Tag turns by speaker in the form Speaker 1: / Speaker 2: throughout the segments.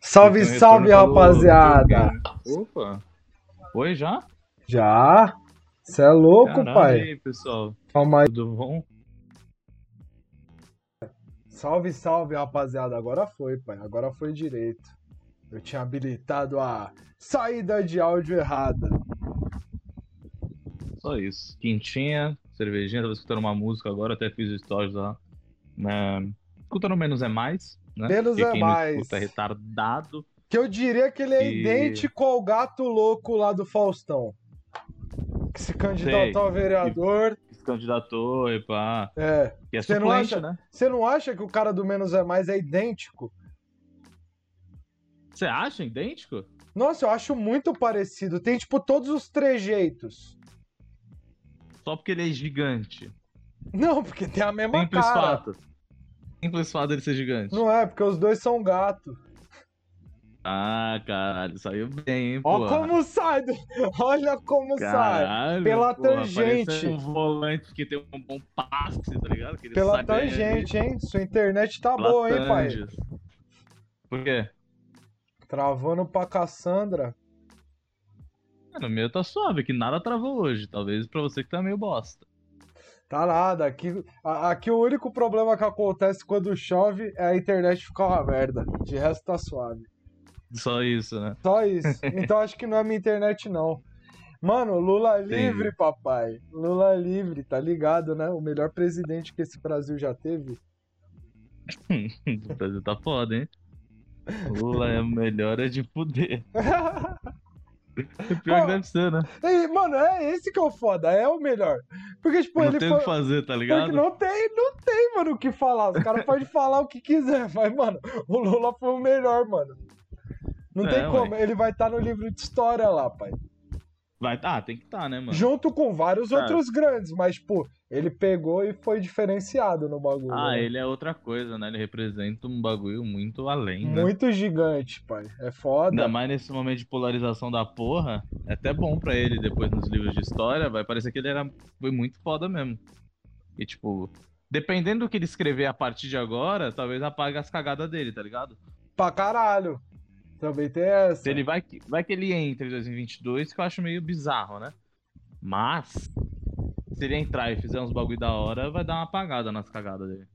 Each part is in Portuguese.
Speaker 1: Salve,
Speaker 2: Então,
Speaker 1: salve,
Speaker 2: retorno do-
Speaker 1: rapaziada.
Speaker 2: do jogo. Opa! Oi, já?
Speaker 1: Já? Você é louco,
Speaker 2: Caralho,
Speaker 1: pai?
Speaker 2: E aí, pessoal?
Speaker 1: Calma aí.
Speaker 2: Tudo bom?
Speaker 1: Salve, salve, rapaziada. Agora foi, pai. Agora foi direito. Eu tinha habilitado a saída de áudio errada.
Speaker 2: Só isso. Quintinha, cervejinha, tava escutando uma música agora, até fiz stories lá. né? Escutando Menos é Mais, né?
Speaker 1: Menos
Speaker 2: Porque
Speaker 1: é
Speaker 2: quem não
Speaker 1: Mais.
Speaker 2: escuta é retardado.
Speaker 1: Que eu diria que ele é
Speaker 2: E-
Speaker 1: idêntico ao gato louco lá do Faustão. Que se candidatou a vereador.
Speaker 2: Se candidatou, e pá.
Speaker 1: É.
Speaker 2: Que é
Speaker 1: Você não
Speaker 2: suplente,
Speaker 1: acha?
Speaker 2: né?
Speaker 1: Você não acha que o cara do Menos é Mais é idêntico?
Speaker 2: Você acha idêntico?
Speaker 1: Nossa, eu acho muito parecido. Tem, tipo, todos os trejeitos.
Speaker 2: Só porque ele é gigante.
Speaker 1: Não, porque tem a mesma
Speaker 2: Simples
Speaker 1: É cara.
Speaker 2: fato. Simples fato dele ser gigante.
Speaker 1: Não é, porque os dois são gato.
Speaker 2: Ah, caralho, saiu bem, hein, pô.
Speaker 1: Ó como sai, do- olha como sai.
Speaker 2: Caralho,
Speaker 1: Pela
Speaker 2: porra,
Speaker 1: tangente.
Speaker 2: parece um volante que tem um bom passe, tá ligado? Que ele
Speaker 1: Pela
Speaker 2: sai bem ali.
Speaker 1: tangente, hein? Sua internet tá
Speaker 2: Pela
Speaker 1: boa, hein, pai?
Speaker 2: tange. Por quê?
Speaker 1: Travando pra Cassandra.
Speaker 2: Ah, No meu tá suave, que nada travou hoje. Talvez pra você que tá meio bosta.
Speaker 1: Tá nada. Aqui, a- aqui o único problema que acontece quando chove é a internet ficar uma merda. De resto tá suave.
Speaker 2: Só isso, né?
Speaker 1: Só isso. Então acho que não é minha internet, não. Mano, Lula
Speaker 2: Entendi.
Speaker 1: livre, papai. Lula livre, tá ligado, né? O melhor presidente que esse Brasil já teve.
Speaker 2: O Brasil tá foda, hein? Lula é o melhor é de fuder. O pior
Speaker 1: Ó,
Speaker 2: que deve ser, né?
Speaker 1: Ei, mano, é esse que é o foda, é o melhor. Porque, tipo,
Speaker 2: não
Speaker 1: ele
Speaker 2: tem o
Speaker 1: foi.
Speaker 2: que fazer, tá
Speaker 1: Porque
Speaker 2: ligado?
Speaker 1: não tem, não tem, mano, o que falar. Os caras podem falar o que quiser, mas, mano, o Lula foi o melhor, mano. Não
Speaker 2: É,
Speaker 1: tem
Speaker 2: ué.
Speaker 1: como, ele vai estar no livro de história lá, pai.
Speaker 2: Vai, ah, tem que tá, né, mano?
Speaker 1: Junto com vários
Speaker 2: Cara.
Speaker 1: outros grandes, mas, tipo, ele pegou e foi diferenciado no bagulho.
Speaker 2: Ah,
Speaker 1: né?
Speaker 2: ele é outra coisa, né? Ele representa um bagulho muito além, né?
Speaker 1: Muito gigante, pai. É foda.
Speaker 2: Ainda mais nesse momento de polarização da porra, é até bom pra ele depois nos livros de história, vai parecer que ele era foi muito foda mesmo. E tipo, dependendo do que ele escrever a partir de agora, talvez apague as cagadas dele, tá ligado?
Speaker 1: Pra caralho. Também tem essa.
Speaker 2: Se ele vai que vai que ele entra em 2022, que eu acho meio bizarro, né? Mas se ele entrar e fizer uns bagulho da hora, vai dar uma apagada nas cagadas dele.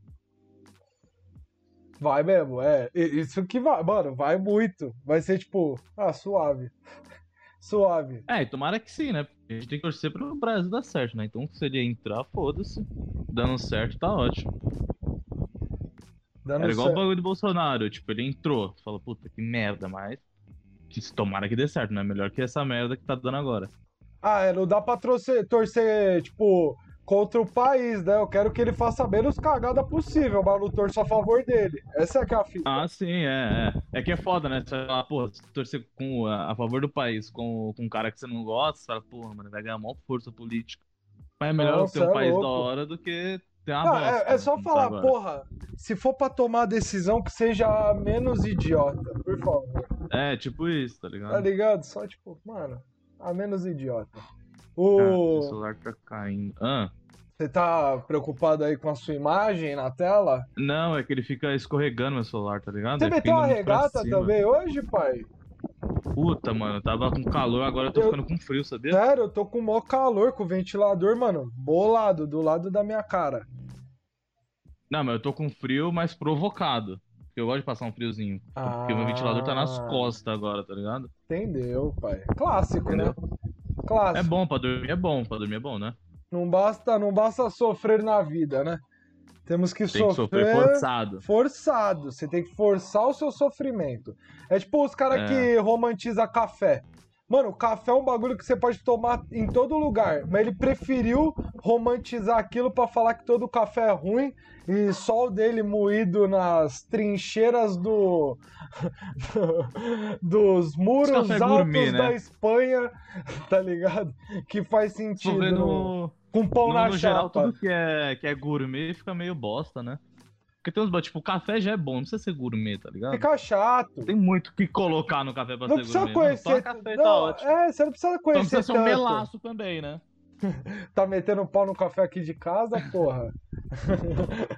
Speaker 1: Vai mesmo, é. I- Isso que vai, mano, vai muito. Vai ser tipo, ah, suave. Suave.
Speaker 2: É, e tomara que sim, né? A gente tem que torcer pro Brasil dar certo, né? Então se ele entrar, foda-se. Dando certo, tá ótimo.
Speaker 1: Dando
Speaker 2: Era igual o
Speaker 1: certo.
Speaker 2: bagulho do Bolsonaro, tipo, ele entrou, falou, puta, que merda, mas que- tomara que dê certo, né? Melhor que essa merda que tá dando agora.
Speaker 1: Ah, é, não dá pra torcer, torcer, tipo, contra o país, né? Eu quero que ele faça menos cagada possível, mas não torço a favor dele. Essa é que é a fita.
Speaker 2: Ah, sim, é, é. É que é foda, né? Você fala, porra, se torcer com, a, a favor do país com, com um cara que você não gosta, você fala, porra, mano, vai ganhar maior força política. Mas é melhor
Speaker 1: Não, cê
Speaker 2: ter um
Speaker 1: é
Speaker 2: país
Speaker 1: louco.
Speaker 2: da hora do que ter uma
Speaker 1: Não,
Speaker 2: bosta.
Speaker 1: é, é só
Speaker 2: né?
Speaker 1: falar,
Speaker 2: Agora.
Speaker 1: porra, se for pra tomar decisão que seja a menos idiota, por favor.
Speaker 2: É, tipo isso, tá ligado?
Speaker 1: Tá ligado? Só tipo, mano, a menos idiota.
Speaker 2: Ah, Cara,
Speaker 1: O...
Speaker 2: o celular tá caindo. Ah,
Speaker 1: Você tá preocupado aí com a sua imagem na tela?
Speaker 2: não, é que ele fica escorregando meu celular, tá ligado?
Speaker 1: Você
Speaker 2: Ele
Speaker 1: meteu
Speaker 2: fica
Speaker 1: uma
Speaker 2: indo muito pra
Speaker 1: regata
Speaker 2: cima.
Speaker 1: também hoje, pai?
Speaker 2: Puta, mano, eu tava com calor, agora eu tô
Speaker 1: Eu-
Speaker 2: ficando com frio, sabia?
Speaker 1: Sério, eu tô com maior calor com o ventilador, mano, bolado, do lado da minha cara.
Speaker 2: Não, mas eu tô com frio, mas provocado. Porque eu gosto de passar um friozinho.
Speaker 1: Ah,
Speaker 2: Porque o meu ventilador tá nas costas agora, tá ligado?
Speaker 1: Entendeu, pai? Clássico, né?
Speaker 2: Entendeu? É
Speaker 1: Clássico.
Speaker 2: bom pra dormir, é bom. Pra dormir é bom, né?
Speaker 1: Não basta, não basta sofrer na vida, né? Temos que
Speaker 2: Tem que
Speaker 1: sofrer,
Speaker 2: sofrer forçado.
Speaker 1: forçado. Você tem que forçar o seu sofrimento. É tipo os caras
Speaker 2: É.
Speaker 1: que romantiza café. Mano, café é um bagulho que você pode tomar em todo lugar, mas ele preferiu romantizar aquilo pra falar que todo café é ruim e só o dele moído nas trincheiras do dos muros
Speaker 2: Esse café é
Speaker 1: altos
Speaker 2: gourmet, né?
Speaker 1: da Espanha, tá ligado? Que faz
Speaker 2: Tô
Speaker 1: sentido
Speaker 2: vendo.
Speaker 1: com pão
Speaker 2: No,
Speaker 1: na chapa.
Speaker 2: no geral, tudo que é, que é gourmet fica meio bosta, né? Porque tem uns. ba- Tipo, café já é bom, não precisa ser gourmet, tá ligado?
Speaker 1: Fica chato.
Speaker 2: Tem muito o que colocar no café pra
Speaker 1: É Não
Speaker 2: ser
Speaker 1: precisa
Speaker 2: gourmet.
Speaker 1: conhecer.
Speaker 2: Não, só café tá
Speaker 1: não,
Speaker 2: ótimo.
Speaker 1: É, você não precisa
Speaker 2: Então
Speaker 1: conhecer
Speaker 2: precisa ser um
Speaker 1: tanto.
Speaker 2: melaço também, né?
Speaker 1: Tá metendo pau no café aqui de casa, porra.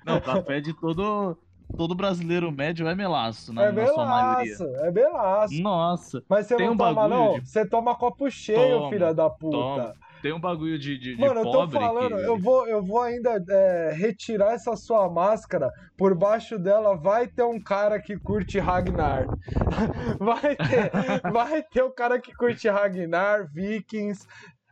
Speaker 2: Não, café de todo. todo brasileiro médio é melaço, na,
Speaker 1: é
Speaker 2: na sua maioria.
Speaker 1: belaço, é belaço.
Speaker 2: Nossa,
Speaker 1: Mas você
Speaker 2: Tem
Speaker 1: não
Speaker 2: um
Speaker 1: toma,
Speaker 2: bagulho
Speaker 1: não?
Speaker 2: de-
Speaker 1: Você toma copo cheio,
Speaker 2: Toma,
Speaker 1: filha da puta.
Speaker 2: toma. tem um bagulho de, de, de
Speaker 1: Mano, eu tô
Speaker 2: pobre
Speaker 1: falando,
Speaker 2: que-
Speaker 1: eu, vou, eu vou ainda é, retirar essa sua máscara. Por baixo dela vai ter um cara que curte Ragnar. Vai ter, vai ter um cara que curte Ragnar, Vikings.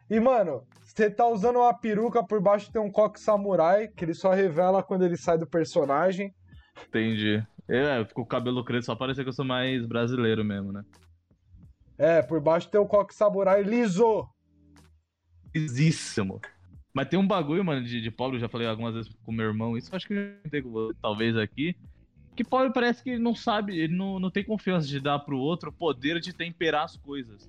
Speaker 1: E, mano, você tá usando uma peruca, por baixo tem um coque samurai, que ele só revela quando ele sai do personagem.
Speaker 2: Entendi. É, com o cabelo crespo, só parecia que eu sou mais brasileiro mesmo, né?
Speaker 1: É, por baixo tem um coque samurai liso.
Speaker 2: Lisíssimo. Mas tem um bagulho, mano, de, de pobre, eu já falei algumas vezes com meu irmão, isso eu acho que eu já comentei com você, talvez aqui. Que pobre parece que ele não sabe, ele não, não tem confiança de dar pro outro o poder de temperar as coisas.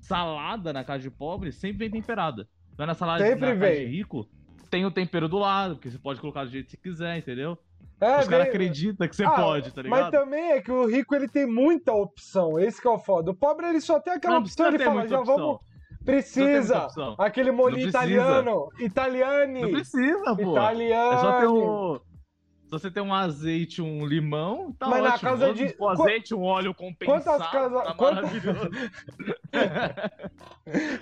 Speaker 2: Salada na casa de pobre sempre vem temperada. Vai na salada
Speaker 1: Sempre
Speaker 2: na casa de
Speaker 1: vem.
Speaker 2: rico, tem o tempero do lado, porque você pode colocar do jeito que você quiser, entendeu?
Speaker 1: É,
Speaker 2: Os caras
Speaker 1: bem-
Speaker 2: acreditam que você
Speaker 1: Ah,
Speaker 2: pode, tá
Speaker 1: Mas
Speaker 2: ligado?
Speaker 1: também é que o rico ele tem muita opção, esse que é o foda. O pobre ele só tem aquela
Speaker 2: Não
Speaker 1: opção, ele
Speaker 2: ter
Speaker 1: fala,
Speaker 2: muita
Speaker 1: já
Speaker 2: opção.
Speaker 1: vamos.
Speaker 2: Não tem muita
Speaker 1: Precisa!
Speaker 2: opção.
Speaker 1: Aquele molho
Speaker 2: Não precisa.
Speaker 1: italiano! Italiani!
Speaker 2: Não precisa, pô.
Speaker 1: Italiani!
Speaker 2: É só ter um. Se você tem um azeite, um limão, tá
Speaker 1: Mas na
Speaker 2: ótimo.
Speaker 1: casa
Speaker 2: Ou
Speaker 1: de-
Speaker 2: Um azeite, um óleo compensado,
Speaker 1: Quantas casas-
Speaker 2: tá
Speaker 1: quantas-
Speaker 2: maravilhoso. é por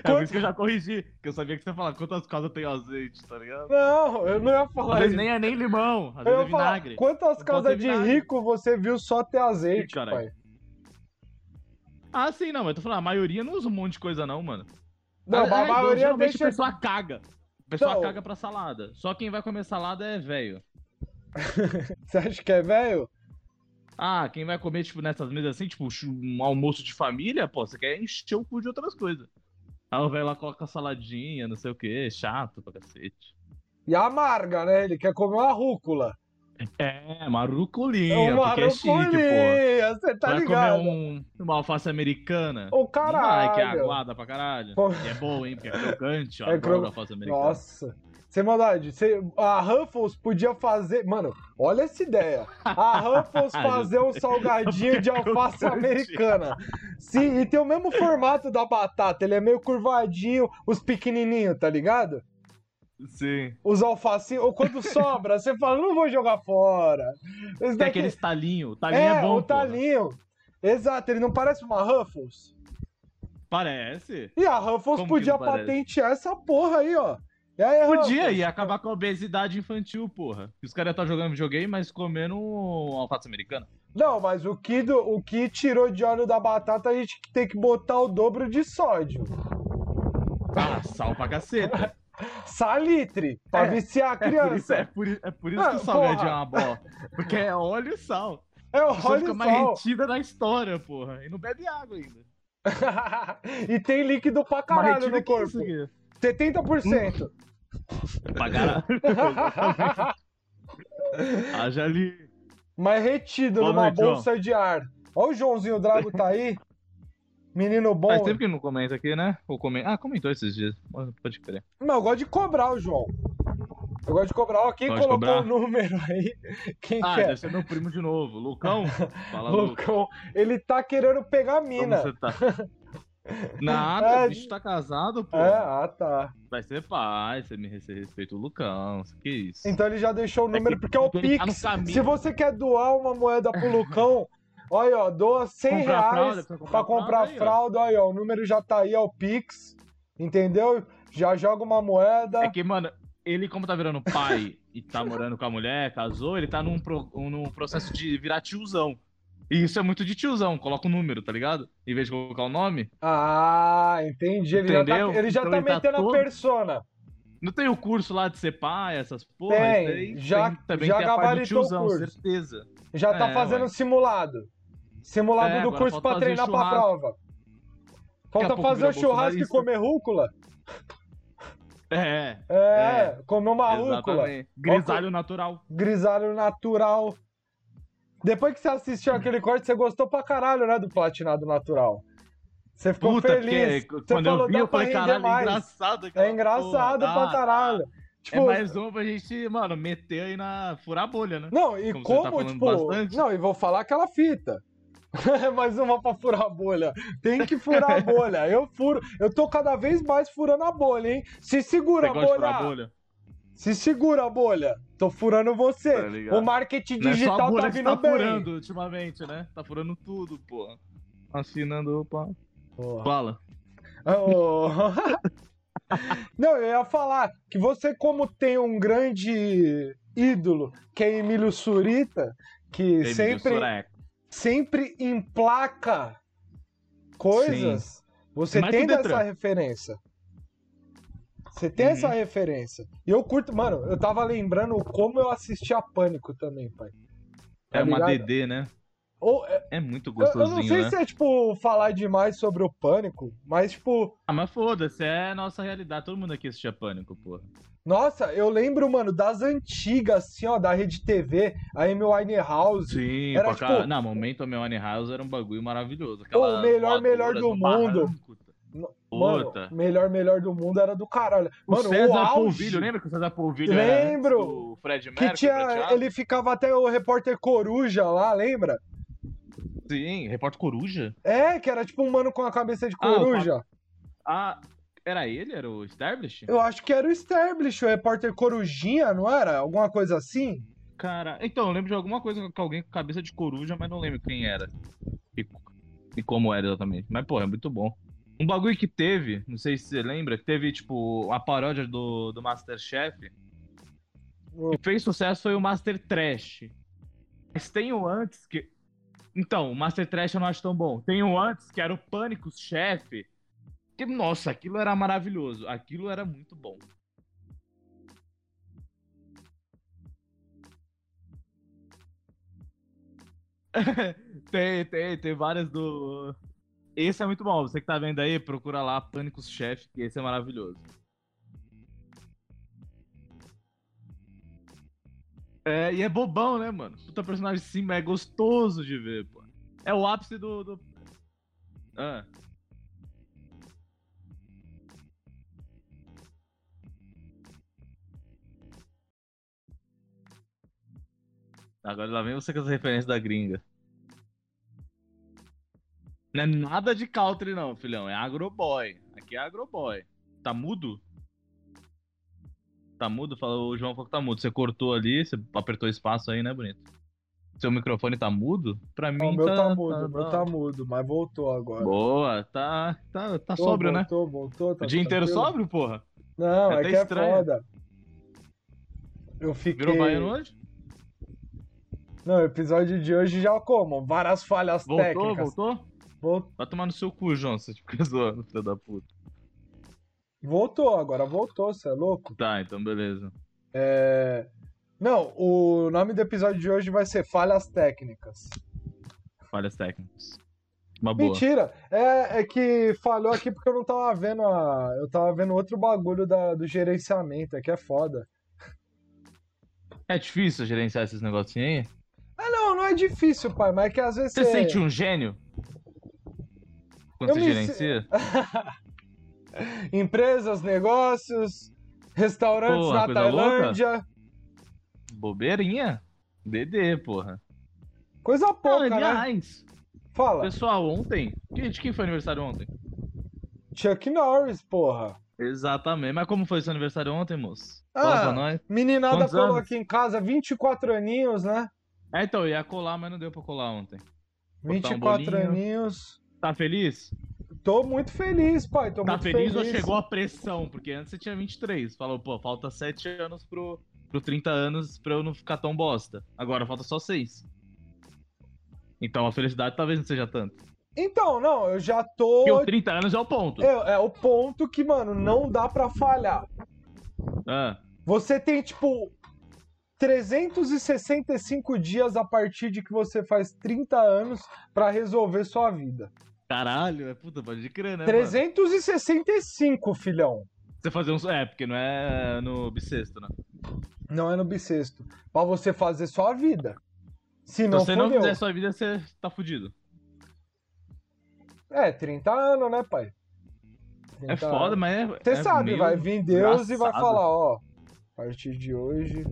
Speaker 1: Quantas-
Speaker 2: isso que eu já corrigi, que eu sabia que você ia falar quantas casas tem azeite, tá ligado?
Speaker 1: Não, eu não ia
Speaker 2: Às
Speaker 1: falar
Speaker 2: vezes
Speaker 1: isso.
Speaker 2: nem é nem limão,
Speaker 1: Eu
Speaker 2: às vezes é
Speaker 1: ia falar,
Speaker 2: vinagre.
Speaker 1: quantas
Speaker 2: Bota
Speaker 1: casas de
Speaker 2: vinagre.
Speaker 1: rico você viu só ter azeite,
Speaker 2: Ih, caralho.
Speaker 1: pai?
Speaker 2: Ah, sim, não, mas eu tô falando, a maioria não usa um monte de coisa não, mano. então,
Speaker 1: Não, mas a maioria
Speaker 2: É, geralmente
Speaker 1: deixa. assim.
Speaker 2: a pessoa caga. A pessoa
Speaker 1: Então-
Speaker 2: caga pra salada. Só quem vai comer salada é velho.
Speaker 1: Você acha que é velho?
Speaker 2: Ah, quem vai comer, tipo, nessas mesas assim, tipo, chu- um almoço de família, pô, você quer encher o cu de outras coisas. Aí o velho lá coloca saladinha, não sei o quê, chato pra cacete.
Speaker 1: E amarga, né? Ele quer comer uma rúcula.
Speaker 2: É, maruculinha,
Speaker 1: Uma
Speaker 2: porque é chique, pô.
Speaker 1: rúculinha, você um tá
Speaker 2: vai
Speaker 1: ligado?
Speaker 2: comer um, uma alface americana.
Speaker 1: O
Speaker 2: Não
Speaker 1: caralho!
Speaker 2: vai, que é aguada pra caralho.
Speaker 1: Pô.
Speaker 2: E é boa, hein, porque é crocante, ó,
Speaker 1: É
Speaker 2: adoro
Speaker 1: cro-
Speaker 2: alface americana.
Speaker 1: Nossa. Sem maldade, você- a Ruffles podia fazer. Mano, olha essa ideia. A Ruffles fazer um salgadinho de alface americana. Sim, e tem o mesmo formato da batata. Ele é meio curvadinho, os pequenininhos, tá ligado?
Speaker 2: Sim.
Speaker 1: Os alfacinhos. Ou quando sobra, você fala, não vou jogar fora. Esse
Speaker 2: Tem
Speaker 1: daqui-
Speaker 2: aqueles talinho, o
Speaker 1: É,
Speaker 2: talinho é, bom,
Speaker 1: o
Speaker 2: pô.
Speaker 1: talinho. Exato, ele não parece uma Ruffles?
Speaker 2: Parece.
Speaker 1: E a Ruffles
Speaker 2: Como que
Speaker 1: podia
Speaker 2: não parece?
Speaker 1: patentear essa porra aí, ó. E aí,
Speaker 2: Podia
Speaker 1: Ruffles?
Speaker 2: ia acabar com a obesidade infantil, porra. Os caras tá jogando videogame, mas comendo um alface americana.
Speaker 1: Não, mas o que, do- o que tirou de óleo da batata, a gente tem que botar o dobro de sódio.
Speaker 2: Ah, sal pra caceta.
Speaker 1: Salitre, pra
Speaker 2: É,
Speaker 1: viciar a
Speaker 2: É por isso,
Speaker 1: criança.
Speaker 2: é por, i- é por isso
Speaker 1: Ah,
Speaker 2: que o sal
Speaker 1: porra.
Speaker 2: é de uma bola. Porque é óleo e sal.
Speaker 1: é, o
Speaker 2: A pessoa fica
Speaker 1: óleo
Speaker 2: mais
Speaker 1: sal.
Speaker 2: retida na história, porra. E não bebe água ainda.
Speaker 1: e tem líquido pra
Speaker 2: Mais
Speaker 1: caralho né?
Speaker 2: retida
Speaker 1: no
Speaker 2: que isso
Speaker 1: corpo.
Speaker 2: aqui.
Speaker 1: 70%.
Speaker 2: É pra caralho. Hum. Haja ali.
Speaker 1: mas retido
Speaker 2: Boa
Speaker 1: numa
Speaker 2: noite, João.
Speaker 1: bolsa de ar. Ó o Joãozinho Drago tá aí. Menino bom.
Speaker 2: Faz tempo que ele não comenta aqui, né? Ou come... Ah, comentou esses dias. Pode crer.
Speaker 1: Mas eu gosto de cobrar o João. Eu gosto de cobrar. Ó, quem
Speaker 2: Gosta de
Speaker 1: colocou
Speaker 2: cobrar?
Speaker 1: o número aí? Quem é?
Speaker 2: Ah,
Speaker 1: quer?
Speaker 2: deve ser meu primo de novo. Lucão. Fala, Lucão.
Speaker 1: Loucão. Ele tá querendo pegar a mina.
Speaker 2: Como você tá? Nada,
Speaker 1: É,
Speaker 2: o bicho tá casado, pô.
Speaker 1: É, ah, tá.
Speaker 2: Vai ser pai, você me você respeita o Lucão, que é isso.
Speaker 1: Então ele já deixou o número,
Speaker 2: que-
Speaker 1: porque é o
Speaker 2: ele tá no
Speaker 1: Pix.
Speaker 2: caminho.
Speaker 1: Se você quer doar uma moeda pro Lucão, olha, ó, doa 100
Speaker 2: Comprar
Speaker 1: reais
Speaker 2: fralda, pra
Speaker 1: pra
Speaker 2: comprar
Speaker 1: comprar
Speaker 2: fralda aí, ó.
Speaker 1: fralda, aí, ó. O número já tá aí, é o Pix. Entendeu? Já joga uma moeda.
Speaker 2: É que, mano, ele como tá virando pai e tá morando com a mulher, casou, ele tá num, pro, um- num processo de virar tiozão. E isso é muito de tiozão, coloca o número, tá ligado? Em vez de colocar o nome.
Speaker 1: Ah, entendi. Ele já
Speaker 2: Entendeu?
Speaker 1: tá, ele já
Speaker 2: Então
Speaker 1: tá
Speaker 2: ele tá
Speaker 1: metendo
Speaker 2: todo-
Speaker 1: a persona.
Speaker 2: Não tem o curso lá de ser pai, essas porra,
Speaker 1: Tem,
Speaker 2: isso daí
Speaker 1: já-
Speaker 2: tem, também
Speaker 1: já
Speaker 2: tem a parte do
Speaker 1: gabaritou o
Speaker 2: tiozão,
Speaker 1: curso.
Speaker 2: certeza.
Speaker 1: Já tá
Speaker 2: É,
Speaker 1: fazendo
Speaker 2: ué.
Speaker 1: simulado. Simulado
Speaker 2: É,
Speaker 1: do
Speaker 2: agora
Speaker 1: curso
Speaker 2: falta
Speaker 1: pra
Speaker 2: fazer
Speaker 1: treinar pra
Speaker 2: churrasco.
Speaker 1: prova. Falta
Speaker 2: pouco
Speaker 1: fazer o
Speaker 2: vira
Speaker 1: churrasco e
Speaker 2: bolsonarista.
Speaker 1: comer rúcula.
Speaker 2: É,
Speaker 1: É, comer uma rúcula.
Speaker 2: exatamente. Grisalho natural.
Speaker 1: grisalho natural. Depois que você
Speaker 2: Hum.
Speaker 1: assistiu aquele corte, você gostou pra caralho, né, do platinado natural. Você ficou
Speaker 2: Puta,
Speaker 1: feliz.
Speaker 2: porque
Speaker 1: você
Speaker 2: quando eu vi,
Speaker 1: "Dá
Speaker 2: eu
Speaker 1: pra
Speaker 2: falei,
Speaker 1: render
Speaker 2: caralho, é
Speaker 1: mais."
Speaker 2: engraçado. aquela
Speaker 1: É engraçado
Speaker 2: porra,
Speaker 1: pra
Speaker 2: dá,
Speaker 1: caralho. Tipo,
Speaker 2: é mais uma pra gente, mano, meter aí na. furar a bolha, né?
Speaker 1: não, e
Speaker 2: como
Speaker 1: como,
Speaker 2: você tá falando
Speaker 1: tipo,
Speaker 2: bastante.
Speaker 1: não, e vou falar aquela fita. É mais uma pra furar a bolha. Tem que furar a bolha. Eu furo, eu tô cada vez mais furando a bolha, hein? Se segura
Speaker 2: Você
Speaker 1: a
Speaker 2: gosta de furar a
Speaker 1: bolha.
Speaker 2: bolha?
Speaker 1: Se segura, bolha. Tô furando você.
Speaker 2: Tá ligado.
Speaker 1: o marketing
Speaker 2: Não é só a
Speaker 1: digital
Speaker 2: bolha
Speaker 1: tá
Speaker 2: que
Speaker 1: vindo
Speaker 2: tá
Speaker 1: bem.
Speaker 2: furando ultimamente, né? Tá furando tudo, porra. Assinando, opa.
Speaker 1: Porra.
Speaker 2: Fala.
Speaker 1: Ô. Não, eu ia falar que você, como tem um grande ídolo, que é Emílio Surita, que
Speaker 2: Emílio
Speaker 1: sempre, tá
Speaker 2: Sureca.
Speaker 1: sempre emplaca coisas, você
Speaker 2: Mais
Speaker 1: tem
Speaker 2: que o Detran.
Speaker 1: essa referência. Você tem
Speaker 2: Uhum.
Speaker 1: essa referência. E eu curto, mano, eu tava lembrando como eu assisti a Pânico também, pai. Tá
Speaker 2: É uma
Speaker 1: ligado?
Speaker 2: DD, né?
Speaker 1: Ou,
Speaker 2: É muito
Speaker 1: eu, eu não
Speaker 2: gostosinho,
Speaker 1: sei
Speaker 2: né?
Speaker 1: se é, tipo, falar demais sobre o Pânico, mas, tipo,
Speaker 2: Ah, mas foda-se, é a nossa realidade. Todo mundo aqui assistia Pânico, porra.
Speaker 1: Nossa, eu lembro, mano, das antigas, assim, ó, da Rede TV, a Amy Winehouse,
Speaker 2: Sim,
Speaker 1: Era,
Speaker 2: pra
Speaker 1: tipo-
Speaker 2: cara- Não, Momento Meu House era um bagulho maravilhoso.
Speaker 1: Pô, o
Speaker 2: Aquela
Speaker 1: melhor, melhor do mundo.
Speaker 2: mundo.
Speaker 1: mano,
Speaker 2: Puta.
Speaker 1: melhor, melhor do mundo era do caralho.
Speaker 2: O
Speaker 1: mano,
Speaker 2: César
Speaker 1: o auge,
Speaker 2: Polvilho, lembra que o César Polvilho era antes
Speaker 1: Lembro.
Speaker 2: do Fred
Speaker 1: que
Speaker 2: Mercury?
Speaker 1: tinha,
Speaker 2: prateado?
Speaker 1: ele ficava até o repórter coruja lá, lembra?
Speaker 2: Sim, Repórter Coruja.
Speaker 1: É, que era tipo um mano com a cabeça de
Speaker 2: Ah, o
Speaker 1: coruja.
Speaker 2: Ah, era ele? Era o Starblish?
Speaker 1: eu acho que era o Stablish, o repórter corujinha, não era? Alguma coisa assim?
Speaker 2: Cara, então, eu lembro de alguma coisa com alguém com cabeça de coruja, mas não lembro quem era. E, e como era exatamente. Mas, pô, é muito bom. Um bagulho que teve, não sei se você lembra, que teve, tipo, a paródia do, do Masterchef.
Speaker 1: Uou.
Speaker 2: Que fez sucesso foi o Master Trash. Mas tem o antes que. Então, o Master Trash eu não acho tão bom. Tem o antes, que era o Pânico Chefe. Que, nossa, aquilo era maravilhoso. Aquilo era muito bom. Tem, tem, tem várias do. Esse é muito bom. Você que tá vendo aí, procura lá Pânicos Chef, que esse é maravilhoso. É, e é bobão, né, mano? Puta personagem sim, mas é gostoso de ver, pô. É o ápice do. do... Ah. Agora lá vem você com as referências da gringa. Não é nada de country, não, filhão. É agroboy. Aqui é agroboy. Tá mudo? Tá mudo? Falou, o João falou que tá mudo. Você cortou ali, você apertou espaço aí, né, bonito? Seu microfone tá mudo? Pra mim.
Speaker 1: Ó, o meu tá, mudo,
Speaker 2: tá-
Speaker 1: o meu tá mudo, mas voltou agora.
Speaker 2: Boa, tá, tá, tá
Speaker 1: Voltou,
Speaker 2: sóbrio, né?
Speaker 1: voltou, Voltou, tá
Speaker 2: o dia inteiro
Speaker 1: tranquilo.
Speaker 2: sóbrio, porra?
Speaker 1: Não,
Speaker 2: É
Speaker 1: é,
Speaker 2: até
Speaker 1: que é
Speaker 2: estranho.
Speaker 1: foda. Eu fiquei...
Speaker 2: Virou baiano hoje?
Speaker 1: Não, o episódio de hoje já como? Várias falhas
Speaker 2: Voltou,
Speaker 1: técnicas.
Speaker 2: voltou?
Speaker 1: Vol-
Speaker 2: Vai tomar no seu cu, João, você fica zoando, filho da puta.
Speaker 1: Voltou, agora voltou, você é louco?
Speaker 2: Tá, então beleza.
Speaker 1: É... Não, o nome do episódio de hoje vai ser Falhas Técnicas.
Speaker 2: Falhas técnicas. Uma boa.
Speaker 1: Mentira! É, é que falhou aqui porque eu não tava vendo a. Eu tava vendo outro bagulho da- do gerenciamento, é que é foda.
Speaker 2: É difícil gerenciar esses negocinhos aí?
Speaker 1: Ah, não, não é difícil, pai, mas é que às vezes
Speaker 2: Você
Speaker 1: você.
Speaker 2: sente um gênio? Quando
Speaker 1: Eu
Speaker 2: você
Speaker 1: me
Speaker 2: gerencia?
Speaker 1: Empresas, negócios, restaurantes
Speaker 2: Pô,
Speaker 1: na
Speaker 2: coisa louca.
Speaker 1: Tailândia.
Speaker 2: Bobeirinha? DD, porra.
Speaker 1: Coisa pouca,
Speaker 2: ah,
Speaker 1: né?
Speaker 2: aliás,
Speaker 1: Fala.
Speaker 2: pessoal, ontem. que- De quem foi aniversário ontem?
Speaker 1: Chuck Norris, porra.
Speaker 2: Exatamente. Mas como foi seu aniversário ontem, moço?
Speaker 1: Ah.
Speaker 2: Fala pra nós.
Speaker 1: Meninada
Speaker 2: Quantos
Speaker 1: colou
Speaker 2: anos?
Speaker 1: aqui em casa 24 aninhos, né?
Speaker 2: É, então, eu ia colar, mas não deu pra colar ontem. um
Speaker 1: 24
Speaker 2: bolinho.
Speaker 1: aninhos.
Speaker 2: Tá feliz?
Speaker 1: Tô muito feliz, pai. Tô
Speaker 2: tá
Speaker 1: muito
Speaker 2: feliz, ou chegou a pressão? Porque antes você tinha 23. Falou, pô, falta 7 anos pro, pro 30 anos pra eu não ficar tão bosta. Agora falta só 6. Então a felicidade talvez não seja tanto.
Speaker 1: Então, não, eu já tô.
Speaker 2: Porque o 30 anos é o ponto.
Speaker 1: É, é o ponto que, mano, não dá pra falhar.
Speaker 2: Ah,
Speaker 1: Você tem, tipo, 365 dias a partir de que você faz 30 anos pra resolver sua vida.
Speaker 2: caralho, é puta, pode crer, né?
Speaker 1: 365, filhão.
Speaker 2: mano? Você fazer um. É, porque não é no bissexto, né?
Speaker 1: Não é no bissexto. Pra você fazer sua vida. Se
Speaker 2: Então Se
Speaker 1: não,
Speaker 2: você não
Speaker 1: fudeu.
Speaker 2: fizer sua vida, você tá fudido.
Speaker 1: É, 30 anos, né, pai?
Speaker 2: É foda, mas é.
Speaker 1: Então, Você
Speaker 2: é
Speaker 1: sabe,
Speaker 2: meio-
Speaker 1: vai vir Deus e vai
Speaker 2: engraçado.
Speaker 1: falar, ó, a partir de hoje.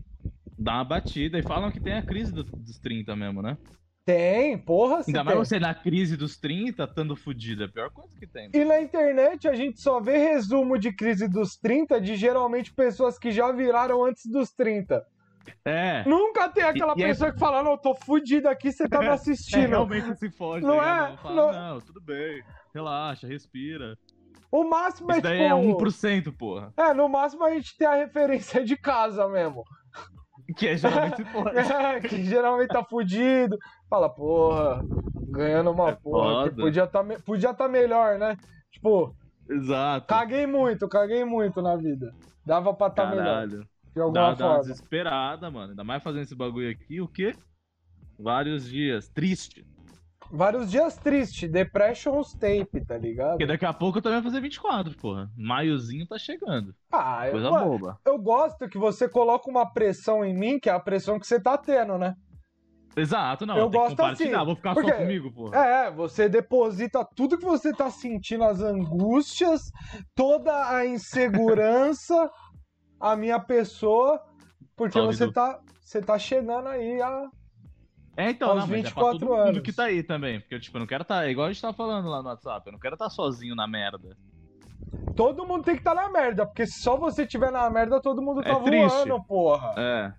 Speaker 2: Dá uma batida. E falam que tem a crise do- dos 30 mesmo, né?
Speaker 1: Tem, porra, se
Speaker 2: Ainda
Speaker 1: tem.
Speaker 2: mais você na crise dos 30, estando fudido. É a pior coisa que tem.
Speaker 1: E na internet a gente só vê resumo de crise dos 30 de geralmente pessoas que já viraram antes dos 30.
Speaker 2: É.
Speaker 1: Nunca tem aquela
Speaker 2: e é-
Speaker 1: pessoa que fala, não, eu tô fudido aqui, você tá me
Speaker 2: é,
Speaker 1: assistindo.
Speaker 2: realmente se foge.
Speaker 1: Não
Speaker 2: tá ligado?
Speaker 1: é?
Speaker 2: Fala,
Speaker 1: Não-
Speaker 2: não, tudo bem. Relaxa, respira.
Speaker 1: o máximo é
Speaker 2: Isso
Speaker 1: tipo.
Speaker 2: daí é 1%, porra.
Speaker 1: É, no máximo a gente tem a referência de casa mesmo.
Speaker 2: Que é geralmente porra.
Speaker 1: É, que geralmente tá fudido. Fala, porra, ganhando uma porra. Que
Speaker 2: É foda.
Speaker 1: podia tá, me- podia tá melhor, né? Tipo,
Speaker 2: Exato.
Speaker 1: caguei muito, caguei muito na vida. Dava pra tá melhor,
Speaker 2: Caralho.
Speaker 1: de alguma
Speaker 2: Dá, dá uma
Speaker 1: forma.
Speaker 2: desesperada, mano. Ainda mais fazendo esse bagulho aqui, o quê? Vários dias. Triste.
Speaker 1: Vários dias tristes, depressions tape, tá ligado?
Speaker 2: Porque daqui a pouco eu também vou fazer 24, porra. Maiozinho tá chegando.
Speaker 1: Ah, eu,
Speaker 2: Coisa
Speaker 1: mano,
Speaker 2: boba.
Speaker 1: eu gosto que você coloca uma pressão em mim, que é a pressão que você tá tendo, né?
Speaker 2: Exato, não.
Speaker 1: Eu
Speaker 2: tem que
Speaker 1: gosto
Speaker 2: compartilhar.
Speaker 1: assim,
Speaker 2: Vou ficar
Speaker 1: porque-
Speaker 2: só comigo, porra.
Speaker 1: É, é, você deposita tudo que você tá sentindo, as angústias, toda a insegurança, a minha pessoa, porque
Speaker 2: Salve,
Speaker 1: você
Speaker 2: Du.
Speaker 1: tá, você tá chegando aí a.
Speaker 2: É, então,
Speaker 1: aos
Speaker 2: não, mas é pra
Speaker 1: 24
Speaker 2: todo mundo
Speaker 1: anos.
Speaker 2: que tá aí também. Porque, tipo, eu não quero tá. é Igual a gente tá falando lá no WhatsApp, eu não quero tá sozinho na merda.
Speaker 1: Todo mundo tem que tá na merda, porque se só você tiver na merda, todo mundo tá
Speaker 2: É triste.
Speaker 1: voando, porra.
Speaker 2: É.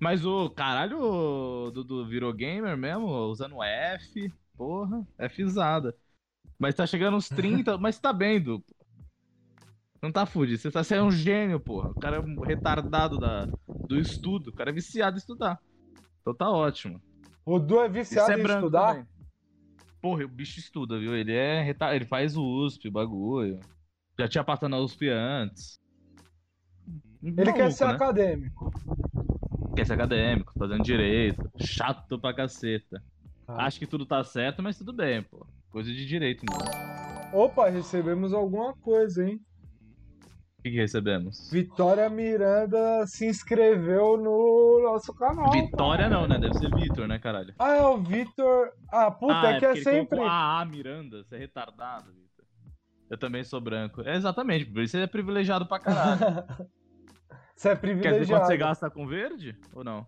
Speaker 2: Mas o caralho o Dudu virou gamer mesmo, usando F, porra, Fzada. Mas tá chegando uns 30, mas tá bem, Du. Não tá fudido, você tá sendo um gênio, porra. O cara é um retardado da, do estudo, o cara é viciado em estudar. Então tá ótimo.
Speaker 1: O Du é
Speaker 2: Isso
Speaker 1: viciado
Speaker 2: é
Speaker 1: em
Speaker 2: branco
Speaker 1: estudar.
Speaker 2: também. Porra, o bicho estuda, viu? Ele é retar... ele faz o USP, o bagulho. Já tinha passado na USP antes.
Speaker 1: Ele quer
Speaker 2: Maluco,
Speaker 1: ser
Speaker 2: né?
Speaker 1: acadêmico.
Speaker 2: Quer ser acadêmico, fazendo direito. Chato pra caceta.
Speaker 1: Ah.
Speaker 2: Acho que tudo tá certo, mas tudo bem, pô. Coisa de direito, mano.
Speaker 1: Opa, recebemos alguma coisa, hein?
Speaker 2: O que, que recebemos?
Speaker 1: Vitória Miranda se inscreveu no nosso canal.
Speaker 2: Vitória não, né? Deve ser Vitor, né, caralho?
Speaker 1: Ah, é o Vitor. Ah, puta, é que é
Speaker 2: porque ele
Speaker 1: sempre.
Speaker 2: colocou Ah, Miranda, você é retardado, Vitor. Eu também sou branco. É exatamente, por isso você é privilegiado pra caralho.
Speaker 1: Você é
Speaker 2: Quer dizer quanto
Speaker 1: privilegiado.
Speaker 2: você gasta com verde? Ou não?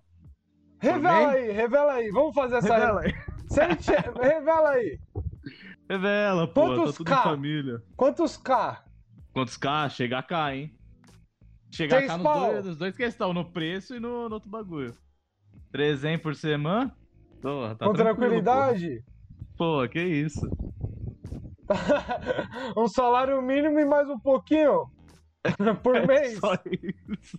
Speaker 1: Revela
Speaker 2: Por
Speaker 1: aí, revela aí. Vamos fazer essa.
Speaker 2: aí.
Speaker 1: Se a gente- Revela aí.
Speaker 2: Revela, pô.
Speaker 1: Quantos
Speaker 2: tá tudo
Speaker 1: K?
Speaker 2: em família.
Speaker 1: Quantos K?
Speaker 2: Quantos K? Chegar K, hein? Chegar
Speaker 1: Três
Speaker 2: K nos
Speaker 1: pau.
Speaker 2: dois, nos dois questão, no preço e no, no outro bagulho. 300 por semana? Porra, tá
Speaker 1: Com
Speaker 2: tranquilo,
Speaker 1: tranquilidade?
Speaker 2: Pô, Pô, que isso.
Speaker 1: um salário mínimo e mais um pouquinho. Por mês.
Speaker 2: É Só isso.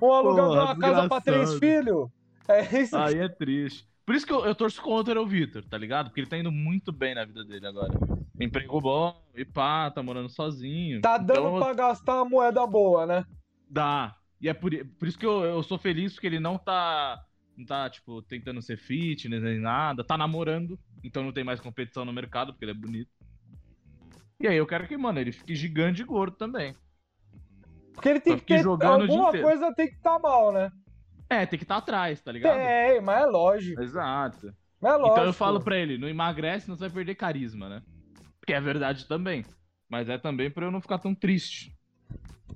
Speaker 1: Um aluguel de
Speaker 2: Porra,
Speaker 1: uma casa pra três
Speaker 2: desgraçado.
Speaker 1: filhos. É isso.
Speaker 2: Aí é triste. Por isso que eu, eu torço contra o Vitor, tá ligado? Porque ele tá indo muito bem na vida dele agora. Emprego bom, e pá, tá morando sozinho.
Speaker 1: Tá dando
Speaker 2: Então,
Speaker 1: pra gastar uma moeda boa, né?
Speaker 2: Dá. E é por, i- por isso que eu, eu sou feliz, porque ele não tá, não tá, tipo, tentando ser fitness nem nada. Tá namorando, então não tem mais competição no mercado, porque ele é bonito. E aí eu quero que, mano, ele fique gigante e gordo também.
Speaker 1: Porque ele tem
Speaker 2: Só
Speaker 1: que
Speaker 2: que
Speaker 1: ter.
Speaker 2: jogando o dia
Speaker 1: Alguma
Speaker 2: inteiro.
Speaker 1: coisa tem que tá mal, né?
Speaker 2: É, tem que estar tá atrás, tá ligado?
Speaker 1: Tem, mas é lógico.
Speaker 2: Exato.
Speaker 1: Mas é lógico.
Speaker 2: Então eu falo pra ele, não emagrece, senão você vai perder carisma, né? Que é verdade também. Mas é também pra eu não ficar tão triste.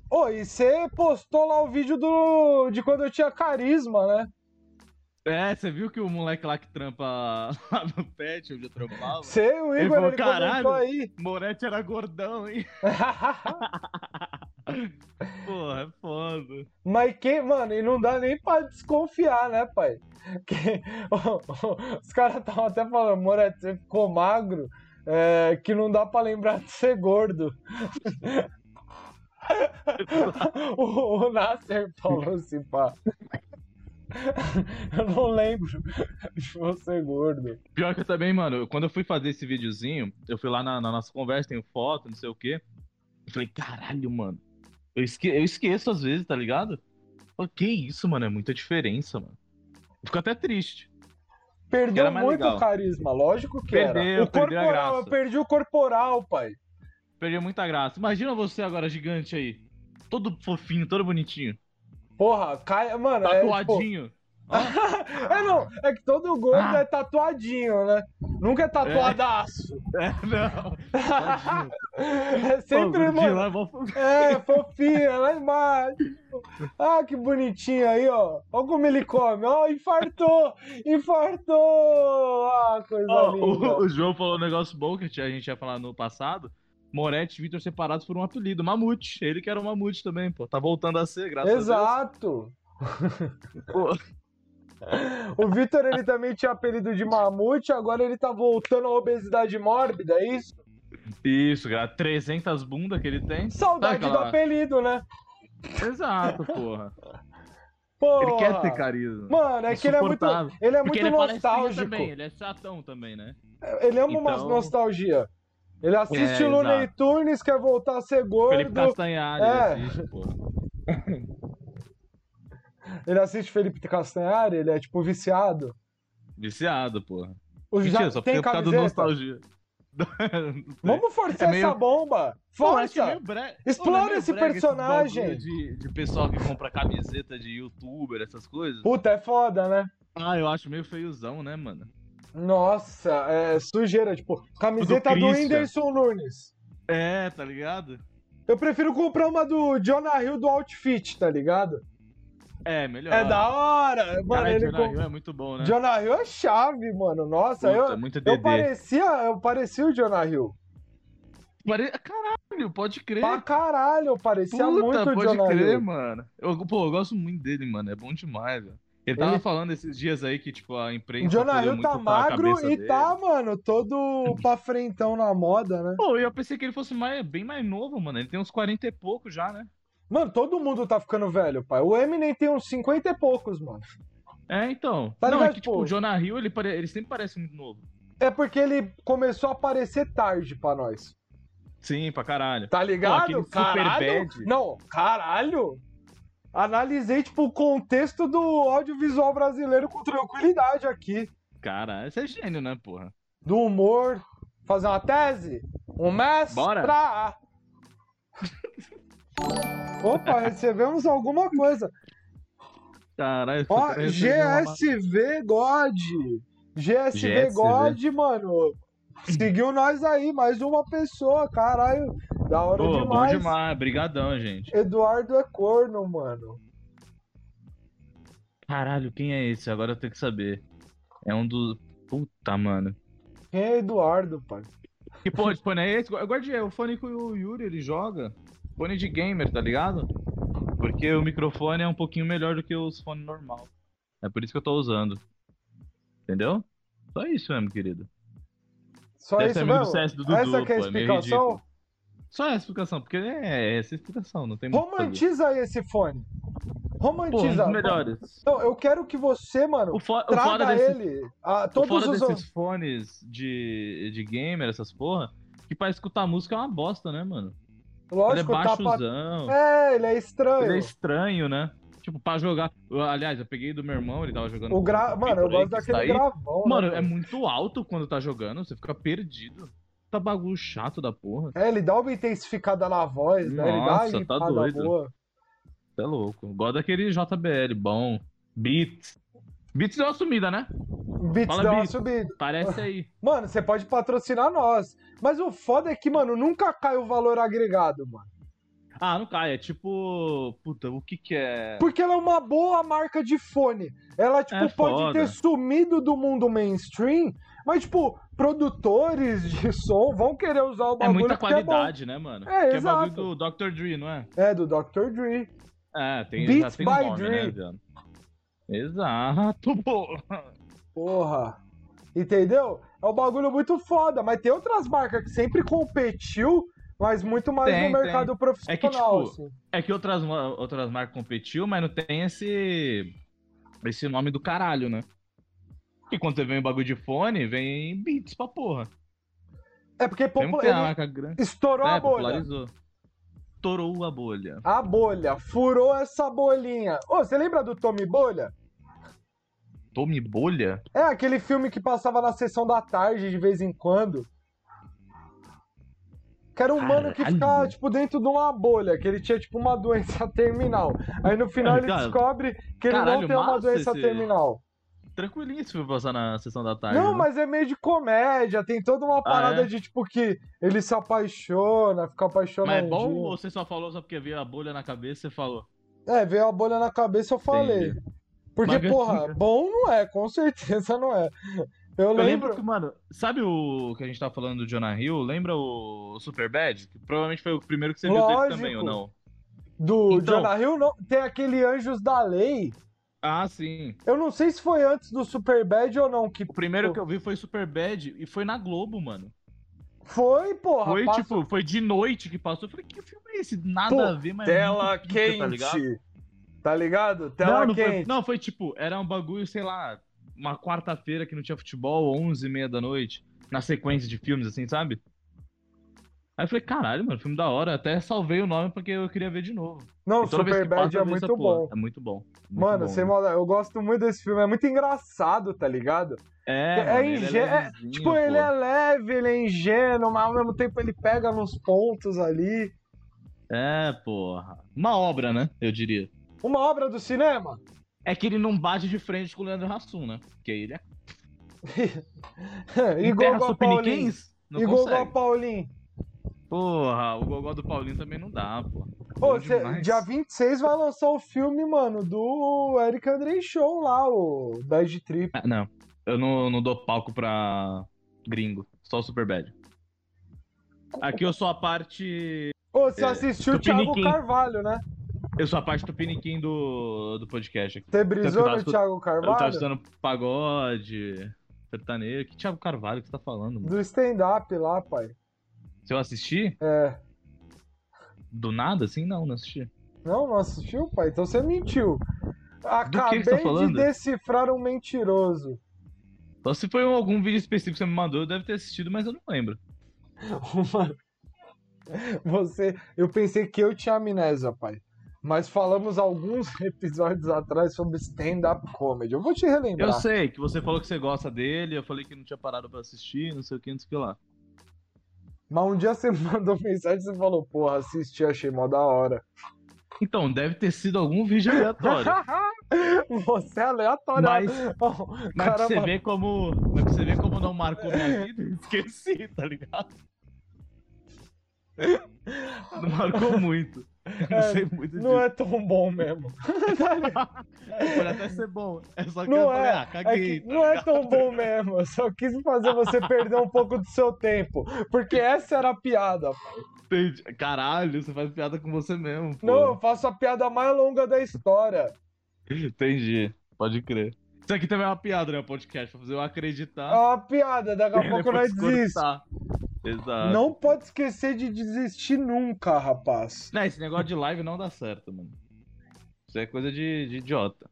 Speaker 1: Ô, e você postou lá o vídeo do de quando eu tinha carisma, né?
Speaker 2: É, você viu que o moleque lá que trampa lá no pet, onde eu trampava?
Speaker 1: Você e o
Speaker 2: Ele
Speaker 1: Igor, ele,
Speaker 2: falou, "Caralho".
Speaker 1: comentou aí.
Speaker 2: Moretti era gordão, hein? Porra, é foda.
Speaker 1: Mas quem, mano, e não dá nem pra desconfiar, né, pai? Que- Os caras estavam até falando, Moretti, você ficou magro, é, que não dá pra lembrar de ser gordo. o, o Nasser falou assim, pá. Eu não lembro de você gordo.
Speaker 2: Pior que eu também, mano, eu- quando eu fui fazer esse videozinho, eu fui lá na, na nossa conversa, tenho foto, não sei o quê. Eu falei, caralho, mano. Eu, esque eu esqueço às vezes, tá ligado? Eu Falei, que isso, mano, é muita diferença, mano. Eu Fico até triste.
Speaker 1: Perdeu
Speaker 2: Era mais
Speaker 1: muito
Speaker 2: legal.
Speaker 1: o carisma, lógico que era.
Speaker 2: Perdeu,
Speaker 1: O
Speaker 2: perdeu a
Speaker 1: corporal,
Speaker 2: graça.
Speaker 1: eu perdi o corporal, pai.
Speaker 2: Perdi muita graça. Imagina você agora, gigante aí. Todo fofinho, todo bonitinho.
Speaker 1: Porra, cai, mano,
Speaker 2: Tá
Speaker 1: é, tipo,
Speaker 2: Tatuadinho.
Speaker 1: é não, é que todo gordo
Speaker 2: Ah.
Speaker 1: é tatuadinho, né? Nunca é tatuadaço.
Speaker 2: É, não.
Speaker 1: É, sempre,
Speaker 2: Pô, gordinho
Speaker 1: mano,
Speaker 2: lá, mó fofo.
Speaker 1: é fofinha lá é embaixo. Ah, que bonitinho aí, ó. Olha como ele come. Ó, infartou! Infartou! Ah, coisa
Speaker 2: Ó,
Speaker 1: linda.
Speaker 2: o, o João falou um negócio bom que a gente ia falar no passado. Moretti e Vitor separados por um apelido, Mamute. Ele que era o Mamute também, pô. Tá voltando a ser, graças a
Speaker 1: Exato!
Speaker 2: Deus. Pô,
Speaker 1: O Vitor, ele também tinha apelido de mamute, agora ele tá voltando à obesidade mórbida, é isso?
Speaker 2: Isso, cara. 300 bundas que ele tem.
Speaker 1: Saudade
Speaker 2: Sabe
Speaker 1: do
Speaker 2: aquela-
Speaker 1: apelido, né?
Speaker 2: Exato, porra.
Speaker 1: Pô,
Speaker 2: Ele quer ter carisma.
Speaker 1: Mano, é que ele é muito,
Speaker 2: Insuportável.
Speaker 1: ele é
Speaker 2: Porque
Speaker 1: muito
Speaker 2: ele parece
Speaker 1: nostálgico.
Speaker 2: também, ele é chatão também, né?
Speaker 1: Ele ama umas
Speaker 2: Então-
Speaker 1: nostalgia. Ele assiste
Speaker 2: É,
Speaker 1: o Looney
Speaker 2: exato.
Speaker 1: Tunes, quer voltar a ser
Speaker 2: Felipe
Speaker 1: gordo.
Speaker 2: Castanhari,
Speaker 1: É.
Speaker 2: ele assiste, porra.
Speaker 1: Ele assiste Felipe Castanhari, ele é tipo viciado.
Speaker 2: Viciado, porra.
Speaker 1: O
Speaker 2: Mentira,
Speaker 1: já
Speaker 2: só porque
Speaker 1: tem
Speaker 2: é por causa do
Speaker 1: camiseta.
Speaker 2: nostalgia.
Speaker 1: Vamos forçar
Speaker 2: É meio-
Speaker 1: essa bomba.
Speaker 2: Pô, acho que é
Speaker 1: Força.
Speaker 2: meio bre-
Speaker 1: Explora
Speaker 2: Pô, não é meio
Speaker 1: esse
Speaker 2: brega esses
Speaker 1: personagem.
Speaker 2: bagulho De, de pessoal que compra camiseta de youtuber, essas coisas.
Speaker 1: Puta, é foda, né?
Speaker 2: Ah, eu acho meio feiozão, né, mano?
Speaker 1: Nossa, é sujeira, tipo, camiseta do
Speaker 2: Christian.
Speaker 1: Whindersson Nunes.
Speaker 2: É, tá ligado?
Speaker 1: Eu prefiro comprar uma do Jonah Hill do Outfit, tá ligado?
Speaker 2: É, melhor.
Speaker 1: É da hora! Mano,
Speaker 2: Cara,
Speaker 1: ele
Speaker 2: Jonah
Speaker 1: com...
Speaker 2: Hill é muito bom, né?
Speaker 1: Jonah Hill é chave, mano. Nossa,
Speaker 2: Puta, é
Speaker 1: eu,
Speaker 2: muito DD.
Speaker 1: eu parecia, eu parecia o Jonah Hill.
Speaker 2: Pare- Caralho, pode crer.
Speaker 1: Pra caralho, eu parecia
Speaker 2: Puta,
Speaker 1: muito o
Speaker 2: pode
Speaker 1: Jonah
Speaker 2: crer,
Speaker 1: Hill.
Speaker 2: mano. Eu, pô, eu gosto muito dele, mano. É bom demais, velho. Ele tava
Speaker 1: Ele-
Speaker 2: falando esses dias aí que, tipo, a
Speaker 1: O
Speaker 2: imprensa.
Speaker 1: Jonah
Speaker 2: foi
Speaker 1: Hill
Speaker 2: muito
Speaker 1: tá
Speaker 2: pra
Speaker 1: magro
Speaker 2: cabeça
Speaker 1: e
Speaker 2: dele.
Speaker 1: tá, mano, todo pra frentão na moda, né?
Speaker 2: Pô, eu pensei que ele fosse mais, bem mais novo, mano. Ele tem uns 40 e pouco já, né?
Speaker 1: Mano, todo mundo tá ficando velho, pai. O Eminem tem uns 50 e poucos, mano.
Speaker 2: É, então.
Speaker 1: Tá
Speaker 2: não,
Speaker 1: ligado,
Speaker 2: é que, tipo,
Speaker 1: pô?
Speaker 2: o Jonah Hill, ele, pare- ele sempre parece muito novo.
Speaker 1: É porque ele começou a aparecer tarde pra nós.
Speaker 2: Sim, pra caralho.
Speaker 1: Tá ligado?
Speaker 2: aquele
Speaker 1: caralho.
Speaker 2: Superbad.
Speaker 1: Não, caralho. Analisei, tipo, o contexto do audiovisual brasileiro com tranquilidade aqui.
Speaker 2: Cara, esse é gênio, né, porra?
Speaker 1: Do humor. Fazer uma tese? Um mestre?
Speaker 2: Bora.
Speaker 1: Opa, recebemos alguma coisa.
Speaker 2: Caralho.
Speaker 1: Ó,
Speaker 2: eu recebi uma-
Speaker 1: GSV God. GSV,
Speaker 2: GSV.
Speaker 1: God, mano. Seguiu nós aí, mais uma pessoa, caralho. Da hora
Speaker 2: Pô, bom
Speaker 1: demais.
Speaker 2: demais. Brigadão, gente.
Speaker 1: Eduardo é corno, mano.
Speaker 2: Caralho, quem é esse? Agora eu tenho que saber. É um dos... Puta, mano.
Speaker 1: Quem é Eduardo, pai?
Speaker 2: Que porra de fone é esse? Eu guardei, o fone que o Yuri, ele joga. Fone de gamer, tá ligado? Porque o microfone é um pouquinho melhor do que os fones normal. É por isso que eu tô usando. Entendeu? Só isso mesmo, querido.
Speaker 1: Só
Speaker 2: Deve ser
Speaker 1: isso
Speaker 2: amigo
Speaker 1: mesmo?
Speaker 2: do CS do Dudu,
Speaker 1: Essa que é a
Speaker 2: pô, é meio
Speaker 1: explicação?
Speaker 2: ridículo. Só essa explicação, porque é essa explicação, não tem muito o que fazer.
Speaker 1: Romantiza aí esse fone.
Speaker 2: Pô, um
Speaker 1: Romantiza.
Speaker 2: dos melhores.
Speaker 1: Não, eu quero que você, mano,
Speaker 2: O, fo o fora,
Speaker 1: traga
Speaker 2: desse,
Speaker 1: ele a
Speaker 2: o
Speaker 1: todos
Speaker 2: fora
Speaker 1: os...
Speaker 2: desses fones de, de gamer, essas porra, que pra escutar música é uma bosta, né, mano? Ele é
Speaker 1: Lógico, tá pra...
Speaker 2: baixozão,
Speaker 1: É, ele é estranho.
Speaker 2: ele é estranho, né? Tipo, pra jogar... eu, aliás, eu peguei do meu irmão, ele tava jogando...
Speaker 1: O
Speaker 2: com
Speaker 1: gra...
Speaker 2: o
Speaker 1: Mano, eu
Speaker 2: Vitor aí,
Speaker 1: gosto
Speaker 2: que
Speaker 1: daquele
Speaker 2: está aí.
Speaker 1: gravão.
Speaker 2: Mano,
Speaker 1: né,
Speaker 2: é muito alto quando tá jogando, você fica perdido. Tá bagulho chato da porra,
Speaker 1: É, ele dá uma intensificada na voz, né? Ele dá uma
Speaker 2: Nossa, tá
Speaker 1: limpada
Speaker 2: doido.
Speaker 1: boa.
Speaker 2: você é louco. Eu Gosto daquele JBL bom, Beats. Beats deu uma sumida, né?
Speaker 1: Beats
Speaker 2: Fala,
Speaker 1: dá uma
Speaker 2: Beats.
Speaker 1: subida.
Speaker 2: Parece aí.
Speaker 1: Mano, você pode patrocinar nós. Mas o foda é que, mano, nunca cai o valor agregado, mano.
Speaker 2: Ah, não cai. É tipo. Puta, o que que é.
Speaker 1: Porque ela é uma boa marca de fone. Ela, tipo,
Speaker 2: É
Speaker 1: pode
Speaker 2: foda.
Speaker 1: ter sumido do mundo mainstream, mas, tipo, produtores de som vão querer usar o
Speaker 2: É
Speaker 1: bagulho
Speaker 2: muita
Speaker 1: porque é bom.
Speaker 2: qualidade, né, mano?
Speaker 1: É,
Speaker 2: que é
Speaker 1: exato.
Speaker 2: bagulho do Dr. Dre, não é?
Speaker 1: É, do Dr. Dre.
Speaker 2: É, tem, já
Speaker 1: Beats
Speaker 2: tem um
Speaker 1: by
Speaker 2: nome,
Speaker 1: Dre.
Speaker 2: né, viado? Exato, pô.
Speaker 1: Porra. Entendeu? É um bagulho muito foda, mas tem outras marcas que sempre competiu, mas muito mais
Speaker 2: Tem,
Speaker 1: no mercado profissional.
Speaker 2: É que, tipo,
Speaker 1: assim.
Speaker 2: É que outras, ma- outras marcas competiu, mas não tem esse. Esse nome do caralho, né? E quando você vem o bagulho de fone, vem beats pra porra.
Speaker 1: É porque
Speaker 2: Mesmo
Speaker 1: popula-
Speaker 2: que é uma
Speaker 1: ele
Speaker 2: marca grande.
Speaker 1: estourou
Speaker 2: É,
Speaker 1: a bolha.
Speaker 2: popularizou. Torou a bolha.
Speaker 1: A bolha, furou essa bolinha. Ô, você lembra do Tommy Bolha?
Speaker 2: Tome bolha?
Speaker 1: É aquele filme que passava na sessão da tarde de vez em quando. Que era um mano que
Speaker 2: Caralho.
Speaker 1: ficava, tipo, dentro de uma bolha, que ele tinha, tipo, uma doença terminal. Aí no final
Speaker 2: Ah,
Speaker 1: ele
Speaker 2: cara.
Speaker 1: descobre que ele não
Speaker 2: Caralho,
Speaker 1: tem uma
Speaker 2: massa
Speaker 1: doença
Speaker 2: esse-
Speaker 1: terminal.
Speaker 2: Tranquilinho esse filme passar na sessão da tarde.
Speaker 1: Não,
Speaker 2: né?
Speaker 1: mas é meio de comédia, tem toda uma parada
Speaker 2: é?
Speaker 1: de, tipo, que ele se apaixona, fica apaixonado.
Speaker 2: é Mas é bom ou você só falou só porque veio a bolha na cabeça e você falou?
Speaker 1: É, veio a bolha na cabeça eu falei.
Speaker 2: Entendi.
Speaker 1: Porque,
Speaker 2: Mas- né?
Speaker 1: porra, bom não é, com certeza não é. Eu,
Speaker 2: Eu
Speaker 1: lembro.
Speaker 2: lembro que, mano, sabe o que a gente tava falando do Jonah Hill? Lembra o Superbad? Que provavelmente foi o primeiro que você viu
Speaker 1: Lógico.
Speaker 2: dele também, ou não?
Speaker 1: Do
Speaker 2: Então.
Speaker 1: Jonah Hill, não, tem aquele Anjos da Lei.
Speaker 2: Ah, sim.
Speaker 1: Eu não sei se foi antes do Superbad ou não, que
Speaker 2: O primeiro que eu vi foi Superbad e foi na Globo, mano.
Speaker 1: foi, porra.
Speaker 2: Foi,
Speaker 1: passa-
Speaker 2: tipo, foi de noite que passou. Eu falei, que filme é esse? Nada
Speaker 1: Pô,
Speaker 2: a ver, mas. é
Speaker 1: Tela
Speaker 2: muito pica,
Speaker 1: quente.
Speaker 2: Tá ligado?
Speaker 1: Tá ligado? Tela
Speaker 2: não, não foi,
Speaker 1: quente.
Speaker 2: não, foi tipo, era um bagulho, sei lá, uma quarta-feira que não tinha futebol, 11 e meia da noite, na sequência de filmes, assim, sabe? Aí eu falei, caralho, mano, filme da hora. Até salvei o nome porque eu queria ver de novo.
Speaker 1: Não,
Speaker 2: E toda vez que
Speaker 1: Superbad
Speaker 2: passa,
Speaker 1: é
Speaker 2: eu vejo essa
Speaker 1: muito
Speaker 2: porra.
Speaker 1: bom.
Speaker 2: É muito bom. Muito
Speaker 1: Mano,
Speaker 2: bom.
Speaker 1: sem maldade, eu gosto muito desse filme, é muito engraçado, tá ligado?
Speaker 2: É,
Speaker 1: É,
Speaker 2: mano,
Speaker 1: ingê-
Speaker 2: ele é
Speaker 1: é,
Speaker 2: levezinho,
Speaker 1: tipo, ele
Speaker 2: pô.
Speaker 1: é leve, ele é ingênuo, mas ao mesmo tempo ele pega nos pontos ali.
Speaker 2: É, porra. Uma obra, né? Eu diria.
Speaker 1: Uma obra do cinema?
Speaker 2: É que ele não bate de frente com o Leandro Hassum, né? Porque aí ele é.
Speaker 1: Igual
Speaker 2: Enterra
Speaker 1: Gogó Paulinho.
Speaker 2: Supiniquins? Não
Speaker 1: Igual Gogó
Speaker 2: consegue.
Speaker 1: Paulinho.
Speaker 2: Porra, o gogó do Paulinho também não dá, pô.
Speaker 1: Ô,
Speaker 2: Bom
Speaker 1: cê-
Speaker 2: demais.
Speaker 1: dia 26 vai lançar o filme, mano, do Eric Andrei Show lá, o da Ed Trip.
Speaker 2: Ah, Não, eu não, não dou palco pra gringo, só o Superbad. Aqui eu sou a parte.
Speaker 1: Ô,
Speaker 2: É,
Speaker 1: você assistiu o Thiago
Speaker 2: Tupiniquim.
Speaker 1: Carvalho, né?
Speaker 2: Eu sou a parte tupiniquim do, do podcast aqui.
Speaker 1: Você
Speaker 2: Eu
Speaker 1: brisou
Speaker 2: tava
Speaker 1: no
Speaker 2: escu-
Speaker 1: Thiago
Speaker 2: Eu tava
Speaker 1: Carvalho?
Speaker 2: estudando pagode, sertanejo. Que Thiago Carvalho que você tá falando, mano?
Speaker 1: Do stand-up lá, pai.
Speaker 2: Se eu assistir,
Speaker 1: É.
Speaker 2: do nada, assim, não, não assisti.
Speaker 1: Não, não assistiu, pai? Então você mentiu. Acabei
Speaker 2: que você tá
Speaker 1: de
Speaker 2: falando?
Speaker 1: decifrar um mentiroso.
Speaker 2: Só se foi um, algum vídeo específico que você me mandou, eu deve ter assistido, mas eu não lembro.
Speaker 1: Mano, Você. Eu pensei que eu tinha amnésia, pai. Mas falamos alguns episódios atrás sobre stand-up comedy. Eu vou te relembrar.
Speaker 2: Eu sei que você falou que você gosta dele, eu falei que não tinha parado pra assistir, não sei o que, não sei o que lá.
Speaker 1: Mas um dia você me mandou mensagem e você falou, porra, assisti, achei mó da hora.
Speaker 2: Então, deve ter sido algum vídeo aleatório.
Speaker 1: você é aleatório.
Speaker 2: mas
Speaker 1: Ó, o
Speaker 2: Mas pra
Speaker 1: cara
Speaker 2: você vê como. Mas pra você ver como não marcou minha vida, eu esqueci, tá ligado? Não marcou muito. Eu não
Speaker 1: É,
Speaker 2: sei muito disso.
Speaker 1: não é tão bom mesmo. Tá ligado?
Speaker 2: Pode até ser bom. É só que
Speaker 1: Não
Speaker 2: eu
Speaker 1: é,
Speaker 2: falei, ah,
Speaker 1: É
Speaker 2: caguei.
Speaker 1: que não é tão bom mesmo. Eu só quis fazer você perder um pouco do seu tempo. Porque essa era a piada.
Speaker 2: Entendi. Caralho, você faz piada com você mesmo. Pô.
Speaker 1: Não, eu faço a piada mais longa da história.
Speaker 2: Entendi. Pode crer. Isso aqui também é uma piada, né? O podcast. Pra fazer eu
Speaker 1: É
Speaker 2: acreditar.
Speaker 1: uma piada, daqui a pouco nós desiste.
Speaker 2: desista. Exato.
Speaker 1: Não pode esquecer de desistir nunca, rapaz.
Speaker 2: Não, esse negócio de live não dá certo, mano. Isso é coisa de, de idiota.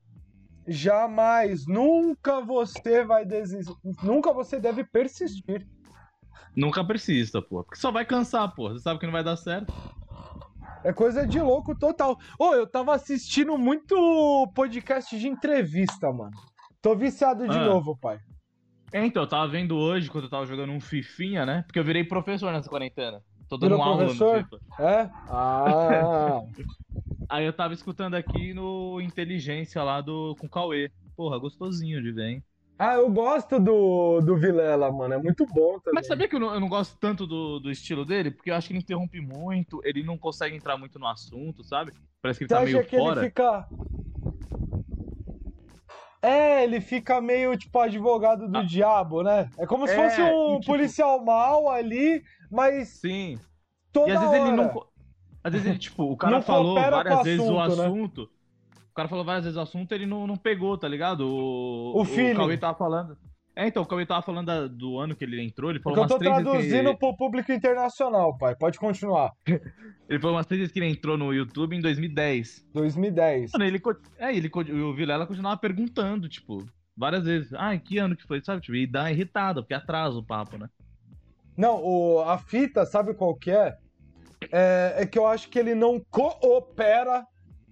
Speaker 1: Jamais, nunca você vai desistir. Nunca você deve persistir.
Speaker 2: Nunca persista, pô. Porque só vai cansar, pô. Você sabe que não vai dar certo.
Speaker 1: É coisa de louco total. Ô, eu tava assistindo muito podcast de entrevista, mano. Tô viciado de
Speaker 2: Ah.
Speaker 1: novo, pai.
Speaker 2: É, então, eu tava vendo hoje, quando eu tava jogando um Fifinha, né? Porque eu virei professor nessa quarentena. Tô dando
Speaker 1: Virou
Speaker 2: aula
Speaker 1: professor?
Speaker 2: no FIFA.
Speaker 1: É? Ah.
Speaker 2: Aí eu tava escutando aqui no Inteligência lá do com o Cauê. Porra, gostosinho de ver, hein?
Speaker 1: Ah, eu gosto do, do Vilela, mano. É muito bom também.
Speaker 2: Mas sabia que eu não, eu não gosto tanto do, do estilo dele? Porque eu acho que ele interrompe muito, ele não consegue entrar muito no assunto, sabe? Parece que ele
Speaker 1: Você
Speaker 2: tá
Speaker 1: acha
Speaker 2: meio
Speaker 1: que
Speaker 2: fora.
Speaker 1: ele fica. É, ele fica meio tipo advogado do
Speaker 2: Ah.
Speaker 1: diabo, né? É como se
Speaker 2: É,
Speaker 1: fosse um
Speaker 2: e, tipo-
Speaker 1: policial mal ali, mas
Speaker 2: Sim.
Speaker 1: toda
Speaker 2: E às vezes
Speaker 1: hora.
Speaker 2: ele não. co- Às vezes ele, tipo, o cara
Speaker 1: Não
Speaker 2: falou
Speaker 1: coopera
Speaker 2: várias
Speaker 1: com o
Speaker 2: vezes o
Speaker 1: assunto, né?
Speaker 2: assunto. O cara falou várias vezes o assunto ele não, não pegou, tá ligado? O,
Speaker 1: O feeling.
Speaker 2: Cauê tava falando. É, então, o Cauê tava falando da- do ano que ele entrou, ele falou
Speaker 1: Porque eu
Speaker 2: umas
Speaker 1: tô
Speaker 2: três vezes. Que
Speaker 1: traduzindo
Speaker 2: ele,
Speaker 1: pro público internacional, pai. Pode continuar.
Speaker 2: ele falou umas três vezes que ele entrou no YouTube em 2010.
Speaker 1: 2010.
Speaker 2: Mano, ele. co- É, ele. co- O Vilela continuava perguntando, tipo, várias vezes. Ah, que ano que foi, sabe? Tipo, e dá uma irritada, porque atrasa o papo, né?
Speaker 1: Não, o- a fita, sabe qual que é? é? é que eu acho que ele não coopera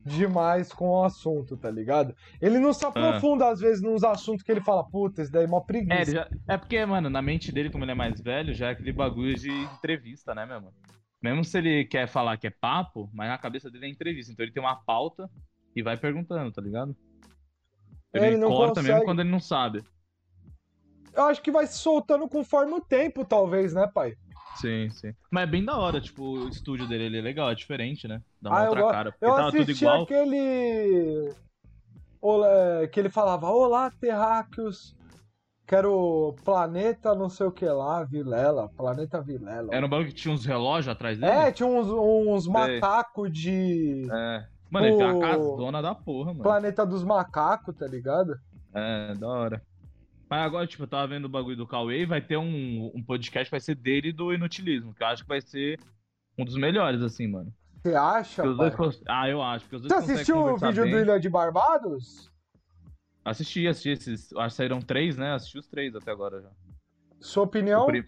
Speaker 1: demais com o assunto, tá ligado? Ele não se aprofunda, às vezes, nos assuntos que ele fala, puta, isso daí é uma
Speaker 2: É,
Speaker 1: preguiça.
Speaker 2: ele já- é porque, mano, na mente dele, como ele é mais velho, já é aquele bagulho de entrevista, né, meu mano? Mesmo se ele quer falar que é papo, mas na cabeça dele é entrevista. Então ele tem uma pauta e vai perguntando, tá ligado?
Speaker 1: É,
Speaker 2: Ele,
Speaker 1: ele não
Speaker 2: corta
Speaker 1: consegue.
Speaker 2: mesmo quando ele não sabe.
Speaker 1: Eu acho que vai se soltando conforme o tempo, talvez, né, pai?
Speaker 2: Sim, sim. Mas é bem da hora, tipo, o estúdio dele ele é legal, é diferente, né? Dá uma
Speaker 1: Ah, eu
Speaker 2: outra
Speaker 1: gosto.
Speaker 2: cara, porque
Speaker 1: Eu
Speaker 2: tava tudo
Speaker 1: assisti
Speaker 2: igual.
Speaker 1: aquele. Olá, que ele falava: Olá, terráqueos. Quero planeta não sei o que lá, Vilela, planeta Vilela.
Speaker 2: Era um bagulho que tinha uns relógios atrás dele?
Speaker 1: É, tinha uns, uns macacos de
Speaker 2: É. Mano, ele tem uma
Speaker 1: O-
Speaker 2: casona da porra, mano.
Speaker 1: planeta dos macacos, tá ligado?
Speaker 2: É, da hora. Mas agora, tipo, eu tava vendo o bagulho do Cauê e vai ter um, um podcast que vai ser dele e do Inutilismo, que eu acho que vai ser um dos melhores, assim, mano.
Speaker 1: Você acha?
Speaker 2: Porque os
Speaker 1: pai?
Speaker 2: dois cons- Ah, eu acho. Porque os
Speaker 1: Então Você
Speaker 2: dois conseguem
Speaker 1: assistiu o
Speaker 2: conversar
Speaker 1: vídeo
Speaker 2: bem.
Speaker 1: do Ilha de Barbados?
Speaker 2: Assisti, assisti esses. Acho que saíram três, né? Assisti os três até agora já.
Speaker 1: Sua opinião?
Speaker 2: O pri-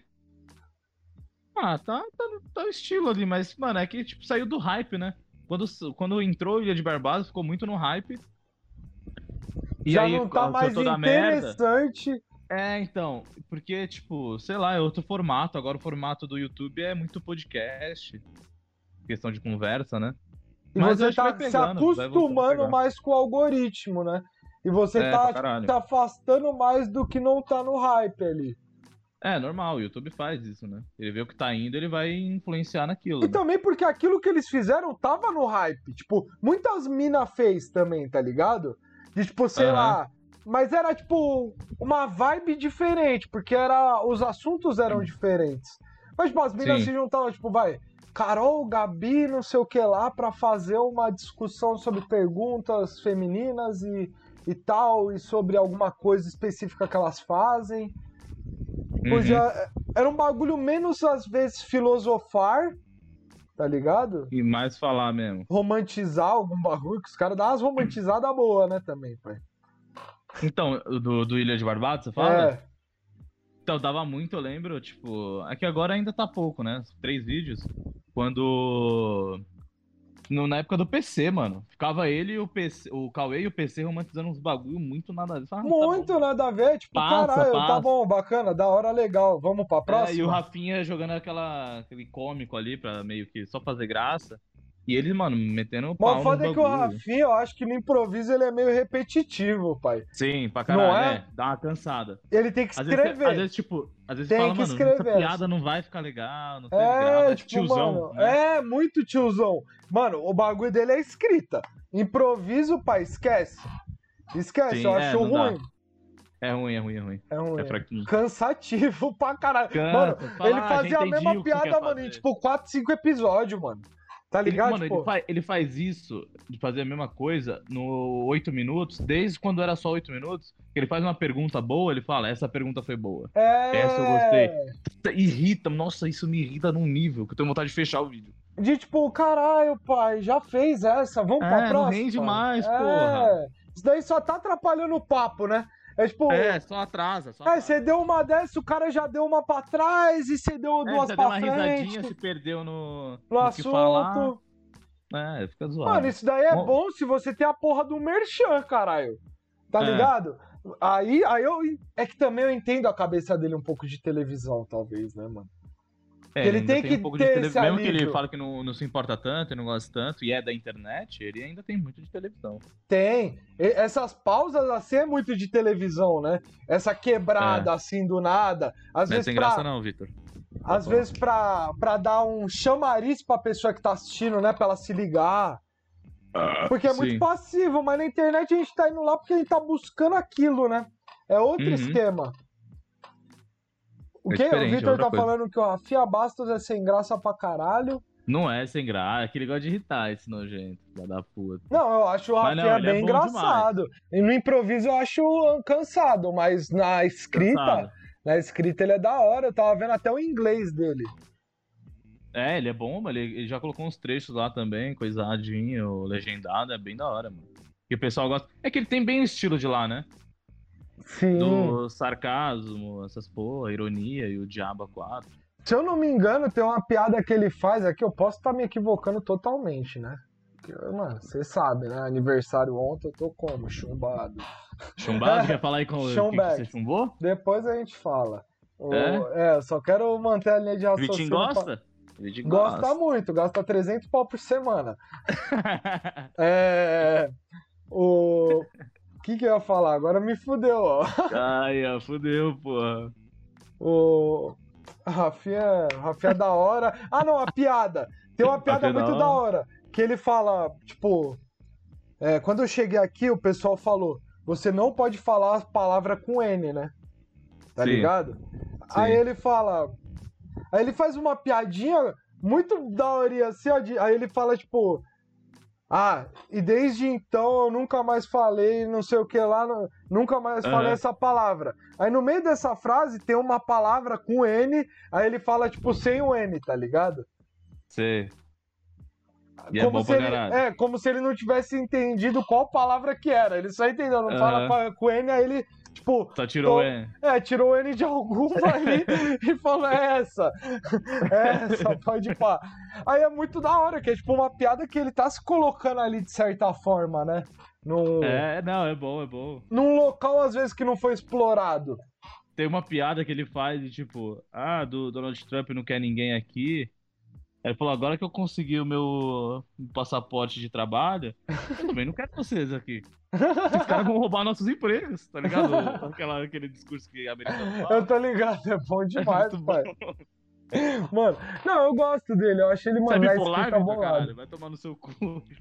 Speaker 2: Ah, tá, tá, no- tá no estilo ali, mas, mano, é que tipo, saiu do hype, né? Quando, s- quando entrou Ilha de Barbados, ficou muito no hype. E
Speaker 1: Já
Speaker 2: aí,
Speaker 1: não tá
Speaker 2: aconteceu
Speaker 1: mais
Speaker 2: toda a merda.
Speaker 1: interessante.
Speaker 2: É, então, porque, tipo, sei lá, é outro formato. Agora o formato do YouTube é muito podcast. Questão de conversa, né?
Speaker 1: E
Speaker 2: Mas
Speaker 1: você
Speaker 2: eu acho que
Speaker 1: tá
Speaker 2: vai
Speaker 1: se
Speaker 2: pegando, vai voltando a
Speaker 1: acostumando
Speaker 2: pegar.
Speaker 1: mais com o algoritmo, né? E você
Speaker 2: é, pra
Speaker 1: tá
Speaker 2: caralho.
Speaker 1: se afastando mais do que não tá no hype ali.
Speaker 2: É, normal, o YouTube faz isso, né? Ele vê o que tá indo, ele vai influenciar naquilo.
Speaker 1: E
Speaker 2: né?
Speaker 1: também porque aquilo que eles fizeram tava no hype. Tipo, muitas mina fez também, tá ligado? De tipo, sei
Speaker 2: Aham.
Speaker 1: lá. Mas era tipo uma vibe diferente, porque era os assuntos eram diferentes. Mas tipo, as minas
Speaker 2: Sim.
Speaker 1: se juntavam, tipo, vai, Carol, Gabi, não sei o que lá, pra fazer uma discussão sobre perguntas femininas e, e tal, e sobre alguma coisa específica que elas fazem.
Speaker 2: Uhum.
Speaker 1: Pois é, era um bagulho menos, às vezes, filosofar, tá ligado?
Speaker 2: E mais falar mesmo.
Speaker 1: Romantizar algum bagulho, que os caras dão umas romantizadas boas, né, também, pai.
Speaker 2: Então, do, do Ilha de Barbados, você fala?
Speaker 1: É,
Speaker 2: Então, dava muito, eu lembro, tipo. É que agora ainda tá pouco, né? Três vídeos. Quando. no- na época do PC, mano. Ficava ele e o PC. O Cauê e o PC romantizando uns bagulho muito nada a ver. Eu falava, "Ah, tá
Speaker 1: muito
Speaker 2: bom."
Speaker 1: nada a ver, tipo,
Speaker 2: Passa,
Speaker 1: caralho, tá
Speaker 2: passa.
Speaker 1: bom, bacana, da hora, legal, vamos pra
Speaker 2: É, e o
Speaker 1: próxima?
Speaker 2: Rafinha jogando aquela, aquele cômico ali pra meio que só fazer graça. E ele, mano, metendo o
Speaker 1: Mas
Speaker 2: pau
Speaker 1: o
Speaker 2: no
Speaker 1: foda é que o
Speaker 2: bagulho.
Speaker 1: Rafinha, eu acho que no improviso ele é meio repetitivo, pai.
Speaker 2: Sim, pra
Speaker 1: Não
Speaker 2: caralho,
Speaker 1: é?
Speaker 2: né? Dá uma cansada.
Speaker 1: Ele tem que
Speaker 2: Às vezes, você- às
Speaker 1: escrever.
Speaker 2: vezes, tipo, às vezes
Speaker 1: Tem
Speaker 2: fala,
Speaker 1: que
Speaker 2: mano,
Speaker 1: escrever.
Speaker 2: essa piada não vai ficar legal, não tem
Speaker 1: É,
Speaker 2: graça,
Speaker 1: tipo,
Speaker 2: tiozão,
Speaker 1: mano,
Speaker 2: né?
Speaker 1: é muito tiozão. Mano, o bagulho dele é escrita. Improviso, pai, esquece. Esquece,
Speaker 2: Sim,
Speaker 1: eu
Speaker 2: é,
Speaker 1: acho
Speaker 2: não dá.
Speaker 1: ruim.
Speaker 2: É ruim, é ruim, é ruim.
Speaker 1: É ruim.
Speaker 2: É fraquinho.
Speaker 1: Cansativo pra caralho.
Speaker 2: Cansa,
Speaker 1: mano,
Speaker 2: fala,
Speaker 1: ele
Speaker 2: "Ah,
Speaker 1: fazia
Speaker 2: já
Speaker 1: a
Speaker 2: entendi o
Speaker 1: mesma
Speaker 2: que quer
Speaker 1: piada, mano,
Speaker 2: fazer."
Speaker 1: em tipo 4, 5 episódios, mano. Tá
Speaker 2: Ele-
Speaker 1: ligado?
Speaker 2: mano,
Speaker 1: tipo,
Speaker 2: ele, faz, ele faz isso, de fazer a mesma coisa, no 8 minutos, desde quando era só 8 minutos, que ele faz uma pergunta boa, ele fala, essa pergunta foi boa.
Speaker 1: é...
Speaker 2: Essa eu gostei. Puta, É. Irrita, nossa, isso me irrita num nível que eu tenho vontade de fechar o vídeo.
Speaker 1: De tipo, caralho, pai, já fez essa, vamos
Speaker 2: É,
Speaker 1: pra
Speaker 2: não
Speaker 1: próxima.
Speaker 2: rende mais,
Speaker 1: É,
Speaker 2: porra.
Speaker 1: Isso daí só tá atrapalhando o papo, né? É tipo, é,
Speaker 2: É, só atrasa, só atrasa.
Speaker 1: você deu uma dessa, o cara já deu uma pra trás e você deu
Speaker 2: É,
Speaker 1: duas
Speaker 2: você deu
Speaker 1: pra
Speaker 2: uma risadinha,
Speaker 1: frente.
Speaker 2: se perdeu
Speaker 1: No
Speaker 2: no, no que falar.
Speaker 1: assunto.
Speaker 2: É, fica zoado.
Speaker 1: Mano, isso daí é
Speaker 2: Bom-
Speaker 1: bom se você tem a porra do merchan, caralho. Tá
Speaker 2: É.
Speaker 1: ligado? Aí, aí eu. É que também eu entendo a cabeça dele um pouco de televisão, talvez, né, mano?
Speaker 2: É, um
Speaker 1: Que ele tem que ter esse
Speaker 2: televisão. Mesmo que
Speaker 1: alívio.
Speaker 2: ele fala que não, não se importa tanto, e não gosta tanto, e é da internet, ele ainda tem muito de televisão.
Speaker 1: Tem. E- Essas pausas assim é muito de televisão, né? Essa quebrada assim do nada. Às
Speaker 2: Não é
Speaker 1: vezes,
Speaker 2: sem
Speaker 1: pra,
Speaker 2: É. graça, não, Vitor.
Speaker 1: às
Speaker 2: Tá
Speaker 1: vezes pra, pra dar um chamariz pra pessoa que tá assistindo, né? Pra ela se ligar. Porque é muito
Speaker 2: sim.
Speaker 1: passivo, mas na internet a gente tá indo lá porque a gente tá buscando aquilo, né? É outro
Speaker 2: Uhum.
Speaker 1: esquema. O
Speaker 2: É
Speaker 1: que o
Speaker 2: diferente, é
Speaker 1: Vitor
Speaker 2: outra
Speaker 1: tá
Speaker 2: coisa.
Speaker 1: falando que o Rafinha Bastos é sem graça pra caralho.
Speaker 2: Não é sem graça, é que ele gosta de irritar esse nojento, filha da puta.
Speaker 1: Não, eu acho o
Speaker 2: Mas não,
Speaker 1: Rafinha
Speaker 2: ele é
Speaker 1: bem
Speaker 2: bom
Speaker 1: engraçado. E no improviso eu acho cansado, mas na escrita,
Speaker 2: Cansado.
Speaker 1: na escrita ele é da hora. Eu tava vendo até o inglês dele.
Speaker 2: É, ele é bom, mas ele, ele já colocou uns trechos lá também, coisadinho, legendado, é bem da hora, mano. E o pessoal gosta. É que ele tem bem o estilo de lá, né?
Speaker 1: Sim.
Speaker 2: Do sarcasmo, essas porra, ironia e o Diabo 4.
Speaker 1: Se eu não me engano, tem uma piada que ele faz aqui, eu posso estar me equivocando totalmente, né? Porque, mano, você sabe, né? Aniversário ontem eu tô como? Chumbado.
Speaker 2: Chumbado, quer falar aí com o que que
Speaker 1: Chumbeck.
Speaker 2: você chumbou?
Speaker 1: Depois a gente fala. O-
Speaker 2: É?
Speaker 1: é, eu só quero manter a linha de
Speaker 2: O
Speaker 1: raciocínio.
Speaker 2: Vitinho
Speaker 1: pra-
Speaker 2: gosta? O Vitinho
Speaker 1: Gosta muito, gasta 300 pau por semana. É. O. O que, que eu ia falar? Agora me fudeu, ó.
Speaker 2: Ai, ó, fudeu, porra.
Speaker 1: O. Rafinha, Rafinha da hora. Ah, não, a piada. Tem uma piada
Speaker 2: Rafinha da
Speaker 1: muito da hora. Que ele fala, tipo. é, quando eu cheguei aqui, o pessoal falou: você não pode falar a palavra com N, né? Tá
Speaker 2: Sim.
Speaker 1: ligado? Aí
Speaker 2: Sim.
Speaker 1: ele fala. Aí ele faz uma piadinha muito da hora assim, ó. de- aí ele fala, tipo. Ah, e desde então eu nunca mais falei, não sei o que lá, nu- nunca mais
Speaker 2: Aham.
Speaker 1: falei essa palavra. Aí no meio dessa frase tem uma palavra com N, aí ele fala, tipo, sem o N, tá ligado?
Speaker 2: Sei. E é
Speaker 1: como
Speaker 2: bom
Speaker 1: se
Speaker 2: pra
Speaker 1: ele,
Speaker 2: caralho.
Speaker 1: é, como se ele não tivesse entendido qual palavra que era. Ele só entendeu, não
Speaker 2: Aham.
Speaker 1: fala pa- com N, aí ele, tipo,
Speaker 2: Só tirou
Speaker 1: Tô-
Speaker 2: é.
Speaker 1: é, tirou o N de alguma ali e falou, é essa. É essa, pode pá. Aí é muito da hora, que é tipo uma piada que ele tá se colocando ali de certa forma, né? Num,
Speaker 2: É, não, é bom, é bom.
Speaker 1: num local, às vezes, que não foi explorado.
Speaker 2: Tem uma piada que ele faz de tipo, ah, do Donald Trump não quer ninguém aqui. Aí Ele falou, agora que eu consegui o meu passaporte de trabalho, eu também não quero vocês aqui. Esses caras vão roubar nossos empregos, tá ligado? Aquela, aquele discurso que a americana fala.
Speaker 1: Eu tô ligado, é bom demais,
Speaker 2: muito
Speaker 1: pai. Mano, não, eu gosto dele, eu acho ele,
Speaker 2: Você é
Speaker 1: mano, na
Speaker 2: bipolar,
Speaker 1: escrita
Speaker 2: Vitor,
Speaker 1: bolado.
Speaker 2: caralho? Vai tomar no seu cu.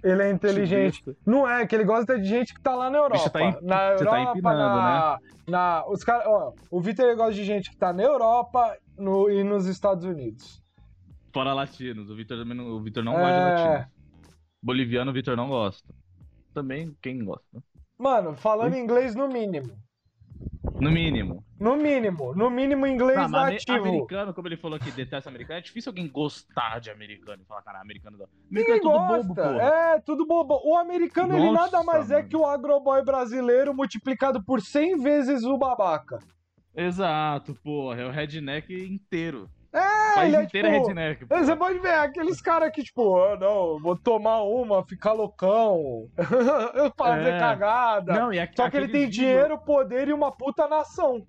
Speaker 1: Ele é inteligente.
Speaker 2: Chubista.
Speaker 1: Não é, que ele gosta de gente que tá lá na Europa.
Speaker 2: Bicho, tá em-
Speaker 1: na
Speaker 2: você
Speaker 1: Europa,
Speaker 2: tá empinando,
Speaker 1: na, na- os cara, ó, o Vitor ele gosta de gente que tá na Europa no- e nos Estados Unidos.
Speaker 2: Fora latinos, o Vitor também não, o Vitor não
Speaker 1: É.
Speaker 2: gosta de latinos. Boliviano, o Vitor não gosta. Também quem gosta, né?
Speaker 1: Mano, falando inglês no mínimo.
Speaker 2: No mínimo.
Speaker 1: No mínimo, no mínimo inglês
Speaker 2: Tá, mas ame-
Speaker 1: nativo.
Speaker 2: americano, como ele falou que detesta americano, é difícil alguém gostar de americano e falar, cara, americano não. Americano
Speaker 1: Ninguém
Speaker 2: é tudo
Speaker 1: gosta.
Speaker 2: bobo, porra.
Speaker 1: é, tudo bobo. O americano, ele
Speaker 2: Nossa,
Speaker 1: nada mais é
Speaker 2: mano.
Speaker 1: que o agroboy brasileiro multiplicado por 100 vezes o babaca.
Speaker 2: Exato, porra. É o redneck inteiro.
Speaker 1: É,
Speaker 2: O país
Speaker 1: ele é,
Speaker 2: inteiro é,
Speaker 1: tipo,
Speaker 2: redneck.
Speaker 1: É, Você
Speaker 2: porra.
Speaker 1: pode ver aqueles caras que, tipo, ah, não, vou tomar uma, ficar loucão, fazer
Speaker 2: É.
Speaker 1: cagada.
Speaker 2: Não, e aqu-
Speaker 1: Só que ele
Speaker 2: aqueles
Speaker 1: tem
Speaker 2: vídeo-
Speaker 1: dinheiro, poder e uma puta nação.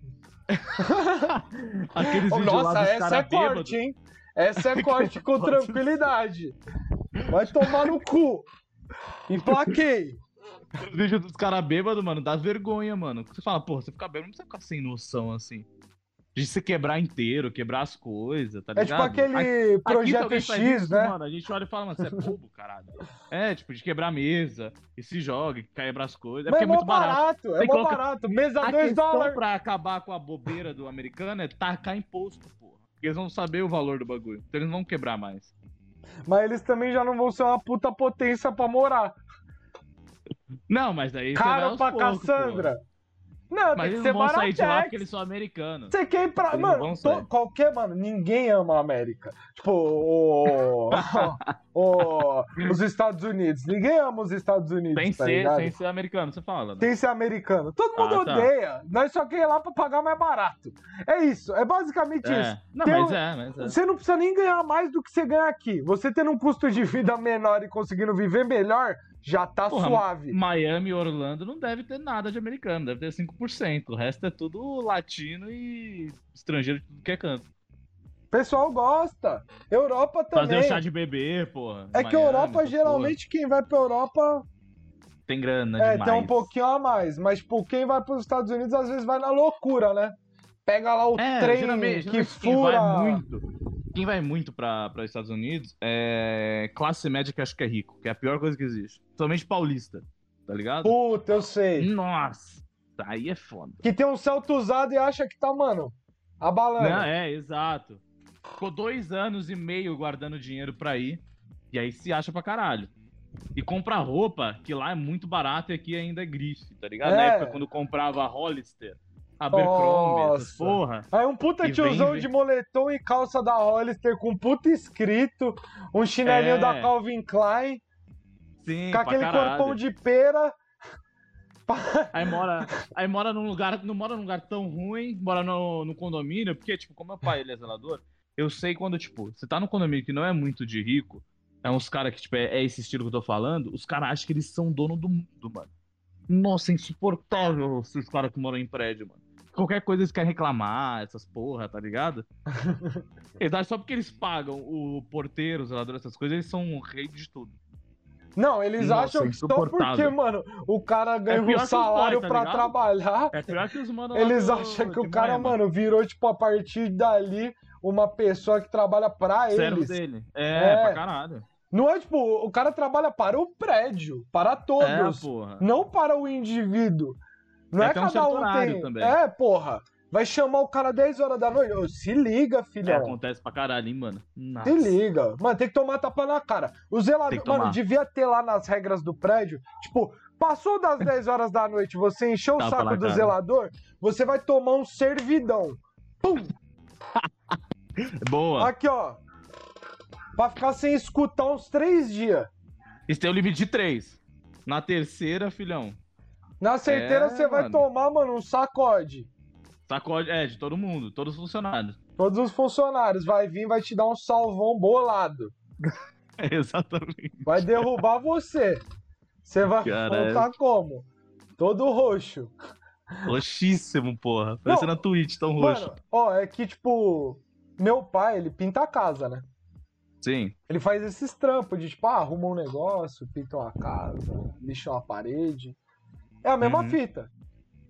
Speaker 2: Aqueles
Speaker 1: Oh,
Speaker 2: vídeos lá
Speaker 1: Nossa,
Speaker 2: dos
Speaker 1: essa
Speaker 2: cara
Speaker 1: é
Speaker 2: bêbado.
Speaker 1: corte, hein? Essa é corte com
Speaker 2: Nossa.
Speaker 1: tranquilidade. Vai tomar no cu. Emplaquei.
Speaker 2: Os vídeos dos caras bêbados, mano, dá vergonha, mano. Você fala, porra, você ficar bêbado, não precisa ficar sem noção assim. De se quebrar inteiro, quebrar as coisas, tá
Speaker 1: É tipo
Speaker 2: ligado? Aqui-
Speaker 1: aquele
Speaker 2: aqui
Speaker 1: projeto
Speaker 2: também faz
Speaker 1: X,
Speaker 2: isso,
Speaker 1: né?
Speaker 2: Mano, a gente olha e fala, mano, você é bobo, caralho. É, tipo, de quebrar a mesa, e se joga, e quebra as coisas. É
Speaker 1: Mas
Speaker 2: porque
Speaker 1: é
Speaker 2: é
Speaker 1: mó
Speaker 2: muito barato.
Speaker 1: barato, é
Speaker 2: Tem que
Speaker 1: mó
Speaker 2: colocar-
Speaker 1: barato. Mesa
Speaker 2: A
Speaker 1: 2
Speaker 2: questão
Speaker 1: tá dólares.
Speaker 2: pra acabar com a bobeira do americano é tacar imposto, porra. Porque eles vão saber o valor do bagulho, então eles não vão quebrar mais.
Speaker 1: Mas eles também já não vão ser uma puta potência pra morar.
Speaker 2: Não, mas daí você vai
Speaker 1: caro
Speaker 2: aos
Speaker 1: pra
Speaker 2: poucos, porra.
Speaker 1: caçandra. Não, tem
Speaker 2: Mas
Speaker 1: que
Speaker 2: eles
Speaker 1: ser
Speaker 2: não vão sair de lá porque
Speaker 1: baratex.
Speaker 2: eles são americanos.
Speaker 1: Você quer ir pra.
Speaker 2: Eles não
Speaker 1: Mano,
Speaker 2: vão
Speaker 1: to-
Speaker 2: sair.
Speaker 1: qualquer, mano, ninguém ama a América. Tipo, o- o- os Estados Unidos. Ninguém ama os Estados Unidos.
Speaker 2: Sem
Speaker 1: tá
Speaker 2: ser,
Speaker 1: ligado?
Speaker 2: sem ser americano, você fala. Né?
Speaker 1: Tem esse americano. Todo mundo
Speaker 2: Ah, tá.
Speaker 1: odeia. Nós só quer ir lá pra pagar mais barato. É isso. É basicamente isso.
Speaker 2: É. Não,
Speaker 1: Tem
Speaker 2: mas
Speaker 1: um-
Speaker 2: é, mas é.
Speaker 1: Você não precisa nem ganhar mais do que você ganha aqui. Você tendo um custo de vida menor e conseguindo viver melhor, já tá
Speaker 2: Porra,
Speaker 1: suave.
Speaker 2: Miami e Orlando não deve ter nada de americano, deve ter 5%. O resto é tudo latino e estrangeiro de tudo que é canto.
Speaker 1: O pessoal gosta. Europa também.
Speaker 2: Fazer um chá de bebê, porra.
Speaker 1: É que
Speaker 2: Miami,
Speaker 1: a
Speaker 2: essa
Speaker 1: Europa,
Speaker 2: porra.
Speaker 1: geralmente, quem vai pra Europa
Speaker 2: Tem grana
Speaker 1: é,
Speaker 2: demais.
Speaker 1: tem um pouquinho a mais. Mas, tipo, quem vai pros Estados Unidos, às vezes vai na loucura, né? Pega lá o
Speaker 2: É,
Speaker 1: trem
Speaker 2: geralmente,
Speaker 1: que
Speaker 2: geralmente quem
Speaker 1: fura.
Speaker 2: vai muito, quem vai muito para os Estados Unidos é classe média que acho que é rico, que é a pior coisa que existe. Somente paulista, tá ligado?
Speaker 1: Puta, eu
Speaker 2: Hum.
Speaker 1: sei.
Speaker 2: Nossa, aí é foda.
Speaker 1: Que tem um Celta usado e acha que tá, mano, abalando.
Speaker 2: Não, é, exato. Ficou dois anos e meio guardando dinheiro pra ir. E aí se acha pra caralho. E compra roupa, que lá é muito barato e aqui ainda é grife, tá ligado? Na
Speaker 1: É.
Speaker 2: época quando comprava Hollister, Abercrombie, essas
Speaker 1: Nossa.
Speaker 2: porra.
Speaker 1: Aí um puta
Speaker 2: E
Speaker 1: tiozão
Speaker 2: vem, vem.
Speaker 1: de moletom e calça da Hollister com um puta escrito, um chinelinho
Speaker 2: É.
Speaker 1: da Calvin Klein,
Speaker 2: Sim,
Speaker 1: com
Speaker 2: pra
Speaker 1: aquele
Speaker 2: caralho.
Speaker 1: corpão de pera.
Speaker 2: Aí mora, aí mora num lugar, não mora num lugar tão ruim, mora no, no condomínio, porque, tipo, como meu pai ele é zelador, eu sei quando, tipo, você tá num condomínio que não é muito de rico, é uns caras que, tipo, é, é esse estilo que eu tô falando, os caras acham que eles são dono do mundo, mano. Nossa, é insuportável esses caras que moram em prédio, mano. Qualquer coisa eles querem reclamar, essas porra, tá ligado? Eles acham só porque eles pagam o porteiro, o zelador, essas coisas, eles são o rei de tudo.
Speaker 1: Não, eles
Speaker 2: Nossa,
Speaker 1: acham que só porque,
Speaker 2: insuportável.
Speaker 1: mano, o cara ganha
Speaker 2: É pior que
Speaker 1: um
Speaker 2: os
Speaker 1: salário
Speaker 2: boy, tá
Speaker 1: pra
Speaker 2: ligado?
Speaker 1: trabalhar.
Speaker 2: É pior que os mano lá
Speaker 1: Eles
Speaker 2: do-
Speaker 1: acham que o
Speaker 2: de
Speaker 1: cara,
Speaker 2: Miami.
Speaker 1: mano, virou, tipo, a partir dali, uma pessoa que trabalha pra
Speaker 2: Servo
Speaker 1: eles.
Speaker 2: dele. É,
Speaker 1: É.
Speaker 2: pra caralho.
Speaker 1: Não é tipo, o cara trabalha para o prédio, para
Speaker 2: É,
Speaker 1: todos,
Speaker 2: porra.
Speaker 1: não para o indivíduo. Não
Speaker 2: Tem
Speaker 1: é
Speaker 2: até um
Speaker 1: cada
Speaker 2: certo
Speaker 1: um
Speaker 2: horário
Speaker 1: tem.
Speaker 2: também.
Speaker 1: É, porra. Vai chamar o cara 10 horas da noite. Ô, Se liga,
Speaker 2: É,
Speaker 1: filhão.
Speaker 2: acontece pra caralho, hein, mano. Nossa.
Speaker 1: Se liga. Mano, tem que tomar tapa na cara. O
Speaker 2: Tem
Speaker 1: zelador,
Speaker 2: que
Speaker 1: mano,
Speaker 2: tomar.
Speaker 1: devia ter lá nas regras do prédio, tipo, passou das 10 horas da noite, você encheu o
Speaker 2: Tapa
Speaker 1: saco
Speaker 2: na
Speaker 1: do
Speaker 2: cara.
Speaker 1: zelador, você vai tomar um servidão.
Speaker 2: Boa.
Speaker 1: Aqui, ó. Pra ficar sem escutar uns três dias.
Speaker 2: Isso tem o limite de três. Na terceira, filhão,
Speaker 1: Na certeira,
Speaker 2: É,
Speaker 1: você vai
Speaker 2: mano.
Speaker 1: tomar, mano, um sacode.
Speaker 2: sacode. É, de todo mundo, todos os funcionários.
Speaker 1: Todos os funcionários. Vai vir, vai te dar um salvão bolado.
Speaker 2: É, exatamente.
Speaker 1: Vai derrubar você. Você vai
Speaker 2: Caralho.
Speaker 1: voltar como? Todo roxo.
Speaker 2: Roxíssimo, porra. Parecendo a Twitch, tão roxo.
Speaker 1: Mano, ó, é que, tipo, meu pai, ele pinta a casa, né?
Speaker 2: Sim.
Speaker 1: Ele faz esses trampos de, tipo, ah, arruma um negócio, pinta uma casa, lixa uma parede. É a mesma
Speaker 2: Uhum.
Speaker 1: fita.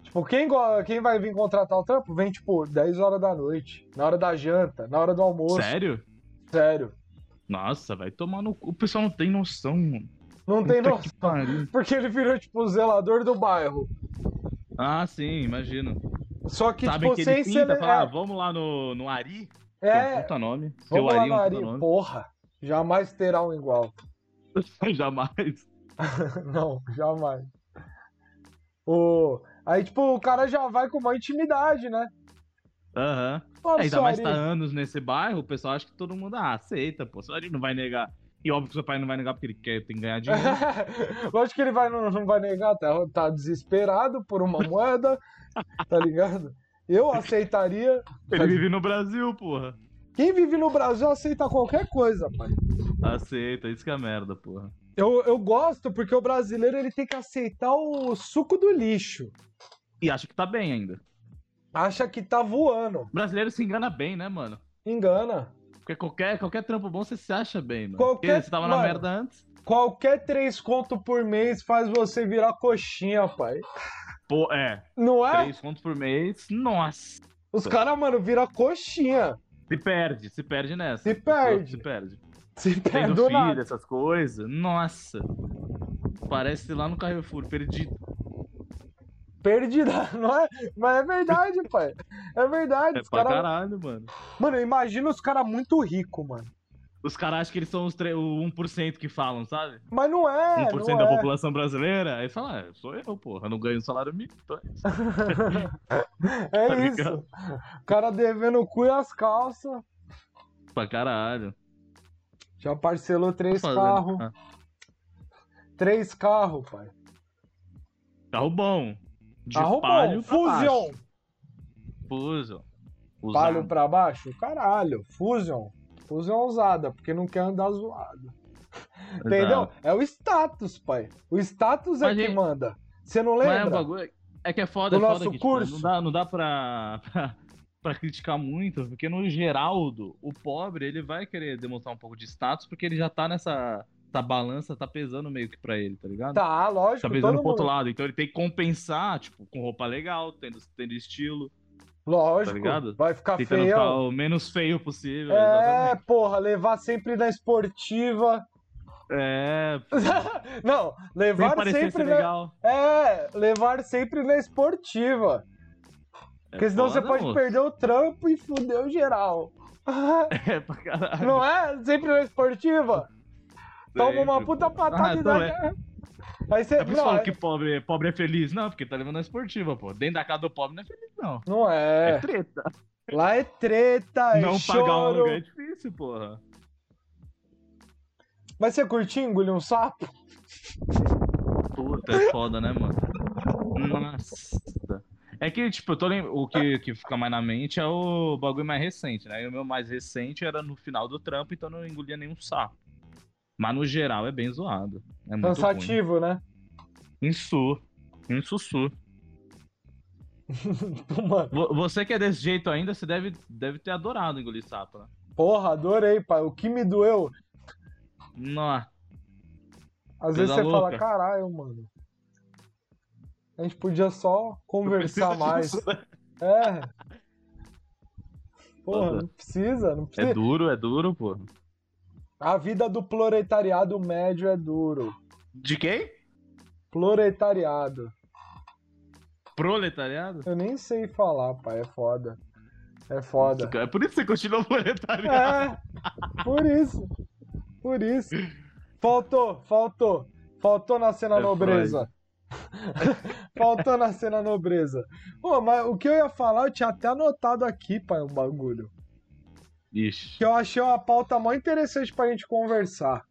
Speaker 1: Tipo, quem, go- quem vai vir contratar o trampo, vem, tipo, 10 horas da noite, na hora da janta, na hora do almoço.
Speaker 2: Sério?
Speaker 1: Sério.
Speaker 2: Nossa, vai tomar no cu. O pessoal não tem noção, mano.
Speaker 1: Não tem
Speaker 2: Puta
Speaker 1: noção.
Speaker 2: que pariu.
Speaker 1: Porque ele virou, tipo, o zelador do bairro.
Speaker 2: Ah, sim, imagino.
Speaker 1: Só que,
Speaker 2: Sabem
Speaker 1: tipo,
Speaker 2: que
Speaker 1: sem
Speaker 2: ele
Speaker 1: ser.
Speaker 2: pinta, fala, ah, vamos lá no, no Ari.
Speaker 1: é,
Speaker 2: Que é um
Speaker 1: é,
Speaker 2: puta nome. Seu
Speaker 1: vamos lá
Speaker 2: Ari,
Speaker 1: no
Speaker 2: é um puta
Speaker 1: Ari,
Speaker 2: nome.
Speaker 1: porra. Jamais terá um igual.
Speaker 2: Jamais.
Speaker 1: Não, jamais. O... Aí, tipo, o cara já vai com uma intimidade, né?
Speaker 2: Aham.
Speaker 1: Fala,
Speaker 2: É, ainda
Speaker 1: "Seu
Speaker 2: mais
Speaker 1: Ari,
Speaker 2: tá anos nesse bairro, o pessoal acha que todo mundo ah, aceita, pô. Seu Ari não vai negar. E óbvio que seu pai não vai negar porque ele quer, tem que ganhar dinheiro.
Speaker 1: Lógico que ele vai, não, não vai negar, tá, tá desesperado por uma moeda, tá ligado? Eu aceitaria.
Speaker 2: ele vive no Brasil, porra.
Speaker 1: Quem vive no Brasil aceita qualquer coisa, pai.
Speaker 2: Aceita, isso que é merda, porra.
Speaker 1: Eu, eu gosto porque o brasileiro ele tem que aceitar o suco do lixo.
Speaker 2: E acha que tá bem ainda.
Speaker 1: Acha que tá voando.
Speaker 2: O brasileiro se engana bem, né, mano?
Speaker 1: Engana.
Speaker 2: Porque qualquer, qualquer trampo bom você se acha bem, mano.
Speaker 1: Qualquer-
Speaker 2: Porque você tava na
Speaker 1: mano.
Speaker 2: merda antes.
Speaker 1: Qualquer três conto por mês faz você virar coxinha, pai.
Speaker 2: Pô, é.
Speaker 1: Não é?
Speaker 2: Três contos por mês. Nossa.
Speaker 1: Os caras, mano, vira coxinha.
Speaker 2: Se perde, se perde nessa.
Speaker 1: Se perde.
Speaker 2: Se perde.
Speaker 1: Se
Speaker 2: Tendo
Speaker 1: perdoa
Speaker 2: filho,
Speaker 1: nada.
Speaker 2: essas coisas. Nossa. Parece lá no Carrefour, perdido.
Speaker 1: Perdida, não é? Mas é verdade, pai. É verdade.
Speaker 2: É
Speaker 1: os
Speaker 2: pra
Speaker 1: cara...
Speaker 2: caralho, mano.
Speaker 1: Mano, eu imagino os caras muito ricos, mano.
Speaker 2: Os caras acham que eles são os tre- o 1% que falam, sabe?
Speaker 1: Mas não é,
Speaker 2: 1%
Speaker 1: não
Speaker 2: da
Speaker 1: é.
Speaker 2: população brasileira. Aí fala, ah, sou eu, porra. Eu não ganho salário mínimo. então é isso.
Speaker 1: É
Speaker 2: tá
Speaker 1: isso.
Speaker 2: ligado?
Speaker 1: O cara devendo o cu e as calças.
Speaker 2: pra caralho.
Speaker 1: Já parcelou três
Speaker 2: Fazendo-
Speaker 1: carros.
Speaker 2: Ah,
Speaker 1: Três carros, pai.
Speaker 2: carro bom. De
Speaker 1: Carro bom.
Speaker 2: palio pra baixo.
Speaker 1: Fusion.
Speaker 2: Fusion. Usado.
Speaker 1: Palio pra baixo? Caralho. Fusion. Fusion ousada, porque não quer andar zoado.
Speaker 2: Exato.
Speaker 1: Entendeu? É o status, pai. O status é
Speaker 2: Mas
Speaker 1: que
Speaker 2: gente-
Speaker 1: manda. Você não
Speaker 2: Mas é
Speaker 1: lembra?
Speaker 2: um bagulho. É que é foda, é
Speaker 1: Do
Speaker 2: foda
Speaker 1: nosso
Speaker 2: que, tipo,
Speaker 1: curso.
Speaker 2: não dá, não dá pra, pra, pra criticar muito, porque no Geraldo, o pobre, ele vai querer demonstrar um pouco de status, porque ele já tá nessa. Essa balança tá pesando meio que pra ele, tá ligado?
Speaker 1: Tá, lógico.
Speaker 2: tá
Speaker 1: todo
Speaker 2: pesando pro
Speaker 1: mundo...
Speaker 2: outro lado. Então ele tem que compensar, tipo, com roupa legal, tendo, tendo estilo,
Speaker 1: Lógico.
Speaker 2: Tá ligado?
Speaker 1: Vai ficar
Speaker 2: tentando
Speaker 1: feio.
Speaker 2: ficar o menos feio possível.
Speaker 1: É,
Speaker 2: exatamente.
Speaker 1: porra, levar sempre na esportiva.
Speaker 2: É,
Speaker 1: Não,
Speaker 2: sem
Speaker 1: levar
Speaker 2: parecer
Speaker 1: sempre né?
Speaker 2: ser
Speaker 1: na...
Speaker 2: legal.
Speaker 1: É, levar sempre na esportiva.
Speaker 2: É
Speaker 1: Porque senão você
Speaker 2: foda,
Speaker 1: pode
Speaker 2: moço.
Speaker 1: perder o trampo e fuder o geral.
Speaker 2: É, pra caralho.
Speaker 1: Não é? Sempre na esportiva? Toma uma
Speaker 2: Sempre,
Speaker 1: puta
Speaker 2: pô.
Speaker 1: patada
Speaker 2: Ah,
Speaker 1: e
Speaker 2: então
Speaker 1: dá.
Speaker 2: é.
Speaker 1: Aí você.
Speaker 2: É por isso que
Speaker 1: Não,
Speaker 2: falam que pobre, pobre é feliz. Não, porque tá levando a esportiva, pô. Dentro da casa do pobre não é feliz, não.
Speaker 1: não
Speaker 2: É,
Speaker 1: é.
Speaker 2: treta.
Speaker 1: Lá é treta, é
Speaker 2: não pagar um
Speaker 1: choro.
Speaker 2: aluguel é difícil, porra.
Speaker 1: Mas você curtiu engolir um sapo?
Speaker 2: Puta, é foda, né, mano? Nossa. É que, tipo, eu tô lem... o que, que fica mais na mente é o bagulho mais recente, né? E o meu mais recente era no final do trampo, então eu não engolia nenhum sapo. Mas no geral é bem zoado. É muito ruim.
Speaker 1: Cansativo, né?
Speaker 2: Insu. Insussu.
Speaker 1: Mano.
Speaker 2: Vo- Você que é desse jeito ainda, você deve, deve ter adorado engolir sapo, né?
Speaker 1: Porra, adorei, pai. O que me doeu.
Speaker 2: Nossa.
Speaker 1: Às
Speaker 2: Coisa
Speaker 1: vezes você fala,
Speaker 2: louca.
Speaker 1: caralho, mano. A
Speaker 2: né?
Speaker 1: gente podia só conversar mais. É. Porra, não precisa, não
Speaker 2: É
Speaker 1: precisa.
Speaker 2: duro, é duro, pô.
Speaker 1: A vida do proletariado médio é duro.
Speaker 2: De quem?
Speaker 1: Proletariado.
Speaker 2: Proletariado?
Speaker 1: Eu nem sei falar, pai, é foda. É foda.
Speaker 2: É por isso que você continua proletariado.
Speaker 1: É, por isso. Por isso. Faltou, faltou. Faltou na cena
Speaker 2: É
Speaker 1: nobreza. faltou na cena nobreza. Pô, mas o que eu ia falar, eu tinha até anotado aqui, pai, um bagulho.
Speaker 2: Ixi,
Speaker 1: Que eu achei uma pauta mó interessante pra gente conversar.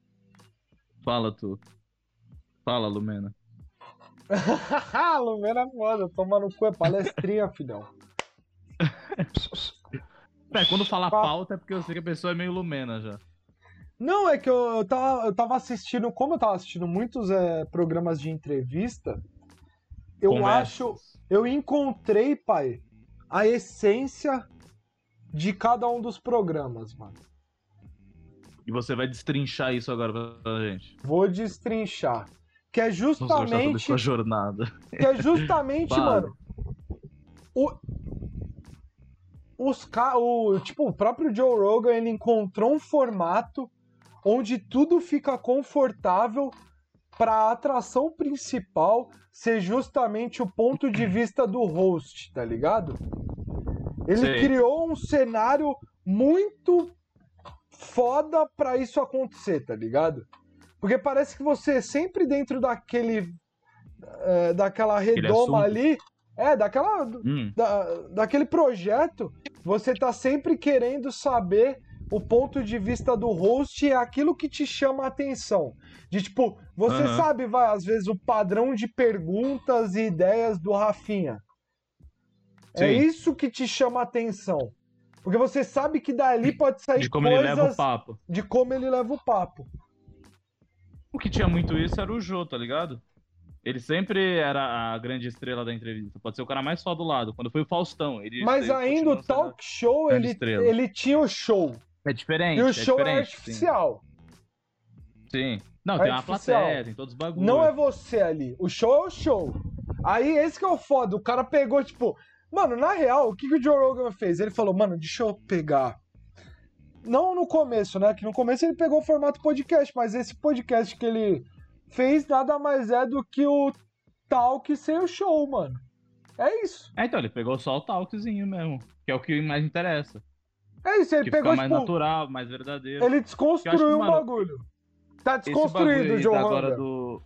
Speaker 2: fala tu. Fala, Lumena.
Speaker 1: Lumena é foda, toma no cu, é palestrinha, filhão.
Speaker 2: É, quando fala
Speaker 1: Fala.
Speaker 2: pauta é porque eu sei que a pessoa é meio Lumena já.
Speaker 1: Não, é que eu, eu, tava, eu tava assistindo, como eu tava assistindo muitos eh, programas de entrevista, eu
Speaker 2: Conversas.
Speaker 1: acho, eu encontrei, pai, a essência de cada um dos programas, mano.
Speaker 2: E você vai destrinchar isso agora pra gente.
Speaker 1: Vou destrinchar. Que é
Speaker 2: Vamos conversar sobre
Speaker 1: justamente,
Speaker 2: sua jornada.
Speaker 1: que é justamente,
Speaker 2: Fala.
Speaker 1: mano, o, os ca- o tipo o próprio Joe Rogan ele encontrou um formato onde tudo fica confortável para a atração principal ser justamente o ponto de vista do host, tá ligado? Ele
Speaker 2: Sei.
Speaker 1: criou um cenário muito foda para isso acontecer, tá ligado? Porque parece que você é sempre dentro daquele eh, daquela redoma
Speaker 2: assunto.
Speaker 1: ali, é daquela
Speaker 2: Hum,
Speaker 1: da- daquele projeto, você tá sempre querendo saber o ponto de vista do host e é aquilo que te chama a atenção. De tipo, você
Speaker 2: Aham.
Speaker 1: sabe, vai, às vezes, o padrão de perguntas e ideias do Rafinha. É
Speaker 2: Sim.
Speaker 1: isso que te chama a atenção. Porque você sabe que dali pode sair
Speaker 2: de como ele
Speaker 1: coisas
Speaker 2: leva o papo.
Speaker 1: de como ele leva o papo.
Speaker 2: O que tinha muito isso era o Jô, tá ligado? Ele sempre era a grande estrela da entrevista. Pode ser o cara mais só do lado. Quando foi o Faustão, ele.
Speaker 1: Mas
Speaker 2: ele
Speaker 1: ainda o
Speaker 2: continua sendo-
Speaker 1: talk show,
Speaker 2: grande
Speaker 1: ele,
Speaker 2: estrela.
Speaker 1: ele tinha o show.
Speaker 2: É diferente.
Speaker 1: e o
Speaker 2: é
Speaker 1: show é
Speaker 2: diferente,
Speaker 1: artificial.
Speaker 2: Sim. sim. Não,
Speaker 1: É
Speaker 2: tem uma
Speaker 1: artificial.
Speaker 2: plateia, tem todos os bagulhos.
Speaker 1: Não é você ali. O show é o show. Aí esse que é o foda. O cara pegou, tipo. Mano, na real, o que, que o Joe Rogan fez? Ele falou, mano, deixa eu pegar. Não no começo, né? Que no começo ele pegou o formato podcast, mas esse podcast que ele fez nada mais é do que o talk sem o show, mano. É isso.
Speaker 2: É, então, ele pegou só o talkzinho mesmo. Que é o que mais interessa.
Speaker 1: É isso. Ele
Speaker 2: que
Speaker 1: pegou,
Speaker 2: fica mais
Speaker 1: tipo,
Speaker 2: natural, mais verdadeiro.
Speaker 1: ele
Speaker 2: Eu acho
Speaker 1: desconstruiu
Speaker 2: que,
Speaker 1: o
Speaker 2: mano,
Speaker 1: bagulho. Tá
Speaker 2: Esse bagulho
Speaker 1: desconstruído,
Speaker 2: aí
Speaker 1: Joe
Speaker 2: da agora
Speaker 1: Rogan.
Speaker 2: do.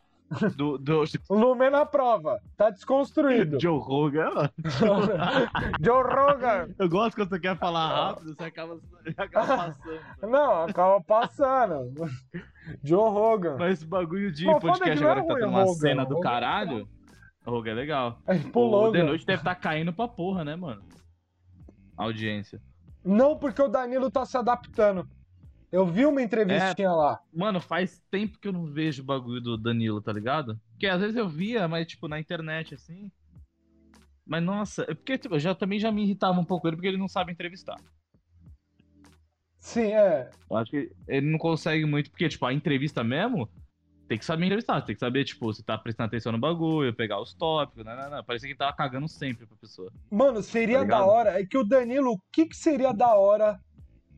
Speaker 2: Do, do
Speaker 1: Lumê na prova. Tá desconstruído.
Speaker 2: Joe Rogan.
Speaker 1: Joe Rogan.
Speaker 2: Eu gosto quando você quer falar rápido, você acaba, acaba passando.
Speaker 1: Não, acaba passando. Joe Rogan.
Speaker 2: Mas esse bagulho de
Speaker 1: Pô, foda que
Speaker 2: podcast
Speaker 1: não é
Speaker 2: agora que tá
Speaker 1: ruim,
Speaker 2: tendo uma
Speaker 1: Rogan.
Speaker 2: cena do
Speaker 1: Rogan é
Speaker 2: caralho. Rogan é legal.
Speaker 1: É tipo o
Speaker 2: O The
Speaker 1: Logan.
Speaker 2: Noite deve estar caindo pra porra, né, mano? Audiência.
Speaker 1: Não porque o Danilo tá se adaptando. Eu vi uma entrevistinha lá.
Speaker 2: Mano, faz tempo que eu não vejo o bagulho do Danilo, tá ligado? Porque às vezes eu via, mas tipo, na internet, assim. Mas nossa, é porque tipo, eu já, também já me irritava um pouco ele, porque ele não sabe entrevistar.
Speaker 1: Sim, é.
Speaker 2: Eu acho que ele não consegue muito, porque, tipo, a entrevista mesmo, tem que saber entrevistar, tem que saber, tipo, se tá prestando atenção no bagulho, pegar os tópicos, né, né, né. Parecia que ele tava cagando sempre pra pessoa.
Speaker 1: Mano, seria
Speaker 2: Tá ligado?
Speaker 1: da hora. É que o Danilo, o que, que seria da hora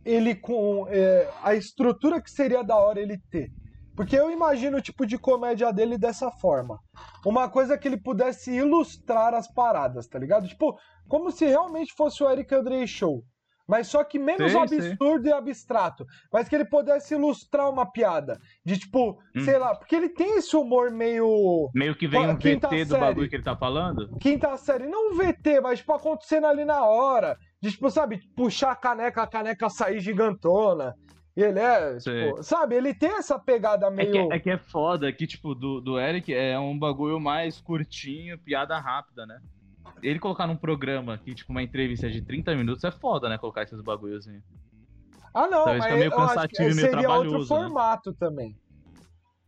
Speaker 1: ele com. é, a estrutura que seria da hora ele ter? Porque eu imagino o tipo de comédia dele dessa forma. Uma coisa que ele pudesse ilustrar as paradas, tá ligado? Tipo, como se realmente fosse o Eric Andrei Show. Mas só que menos
Speaker 2: Sim, sim.
Speaker 1: absurdo e abstrato. Mas que ele pudesse ilustrar uma piada. De tipo,
Speaker 2: Hum.
Speaker 1: sei lá, porque ele tem esse humor meio
Speaker 2: Meio que vem
Speaker 1: Pô,
Speaker 2: um VT
Speaker 1: quinta
Speaker 2: do
Speaker 1: série.
Speaker 2: bagulho que ele tá falando.
Speaker 1: quinta série, não um VT, mas tipo, acontecendo ali na hora. De, tipo, sabe, puxar a caneca, a caneca sair gigantona. E ele é,
Speaker 2: Sei.
Speaker 1: tipo, sabe, ele tem essa pegada
Speaker 2: É que,
Speaker 1: meio.
Speaker 2: é que é foda que, tipo, do, do Eric é um bagulho mais curtinho, piada rápida, né? Ele colocar num programa que, tipo, uma entrevista de 30 minutos é foda, né? Colocar esses bagulhos assim.
Speaker 1: Ah, não,
Speaker 2: talvez
Speaker 1: mas
Speaker 2: fica meio
Speaker 1: eu acho
Speaker 2: cansativo
Speaker 1: que
Speaker 2: e meio
Speaker 1: seria outro
Speaker 2: trabalhoso, né?
Speaker 1: formato também.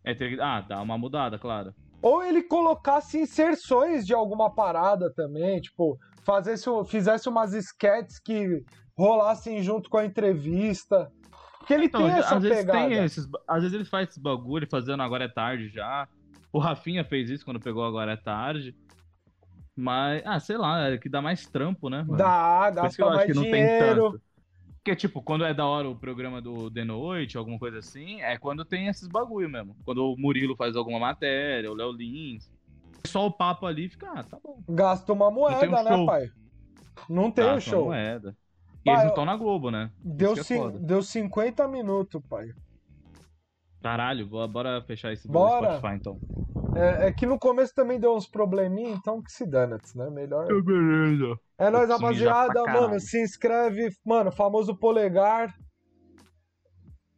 Speaker 2: É ter- Ah, dá uma mudada, claro.
Speaker 1: Ou ele colocasse inserções de alguma parada também, tipo, fazesse, um- fizesse umas sketches que rolassem junto com a entrevista. Porque ele
Speaker 2: Então,
Speaker 1: tem essa
Speaker 2: às vezes
Speaker 1: pegada.
Speaker 2: tem esses. ba- Às vezes ele faz esse bagulho fazendo agora é tarde já. O Rafinha fez isso quando pegou agora é tarde. Mas, ah, sei lá, é que dá mais trampo, né? mano?
Speaker 1: Dá,
Speaker 2: Por isso
Speaker 1: ah, gasta
Speaker 2: que eu acho
Speaker 1: mais
Speaker 2: que não tem
Speaker 1: dinheiro.
Speaker 2: tanto. Porque, tipo, quando é da hora o programa do De Noite, alguma coisa assim, é quando tem esses bagulho mesmo. Quando o Murilo faz alguma matéria, o Léo Lins. Só o papo ali fica, ah, tá bom.
Speaker 1: Gasta uma
Speaker 2: tem
Speaker 1: moeda,
Speaker 2: um
Speaker 1: né,
Speaker 2: show.
Speaker 1: pai? Não tem o
Speaker 2: Gasta uma
Speaker 1: show.
Speaker 2: Moeda. E
Speaker 1: Pai,
Speaker 2: eles não
Speaker 1: eu-
Speaker 2: estão na Globo, né?
Speaker 1: Deu,
Speaker 2: Isso que é
Speaker 1: cin-
Speaker 2: foda.
Speaker 1: deu 50 minutos, pai.
Speaker 2: Caralho, bo- bora fechar esse do
Speaker 1: Bora.
Speaker 2: Spotify então.
Speaker 1: É, é que no começo também deu uns probleminha, então que se dane, né? Melhor.
Speaker 2: Beleza.
Speaker 1: É nóis,
Speaker 2: preciso mijar
Speaker 1: rapaziada.
Speaker 2: pra caralho.
Speaker 1: Mano, se inscreve. Mano, famoso polegar.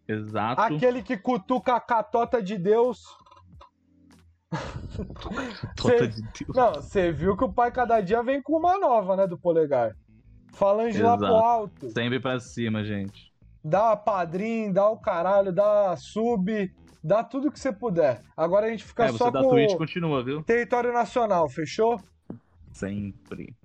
Speaker 2: Exato.
Speaker 1: Aquele que cutuca a catota de Deus.
Speaker 2: Tota
Speaker 1: Cê-
Speaker 2: de Deus.
Speaker 1: Não, você viu que o pai cada dia vem com uma nova, né, do polegar. Falange lá pro
Speaker 2: Exato.
Speaker 1: alto.
Speaker 2: Sempre pra cima, gente.
Speaker 1: Dá padrinho, dá o caralho, dá sub, dá tudo que você puder. Agora a gente fica
Speaker 2: é,
Speaker 1: só
Speaker 2: você da
Speaker 1: com
Speaker 2: Twitch
Speaker 1: o
Speaker 2: continua, viu?
Speaker 1: território nacional, fechou?
Speaker 2: Sempre.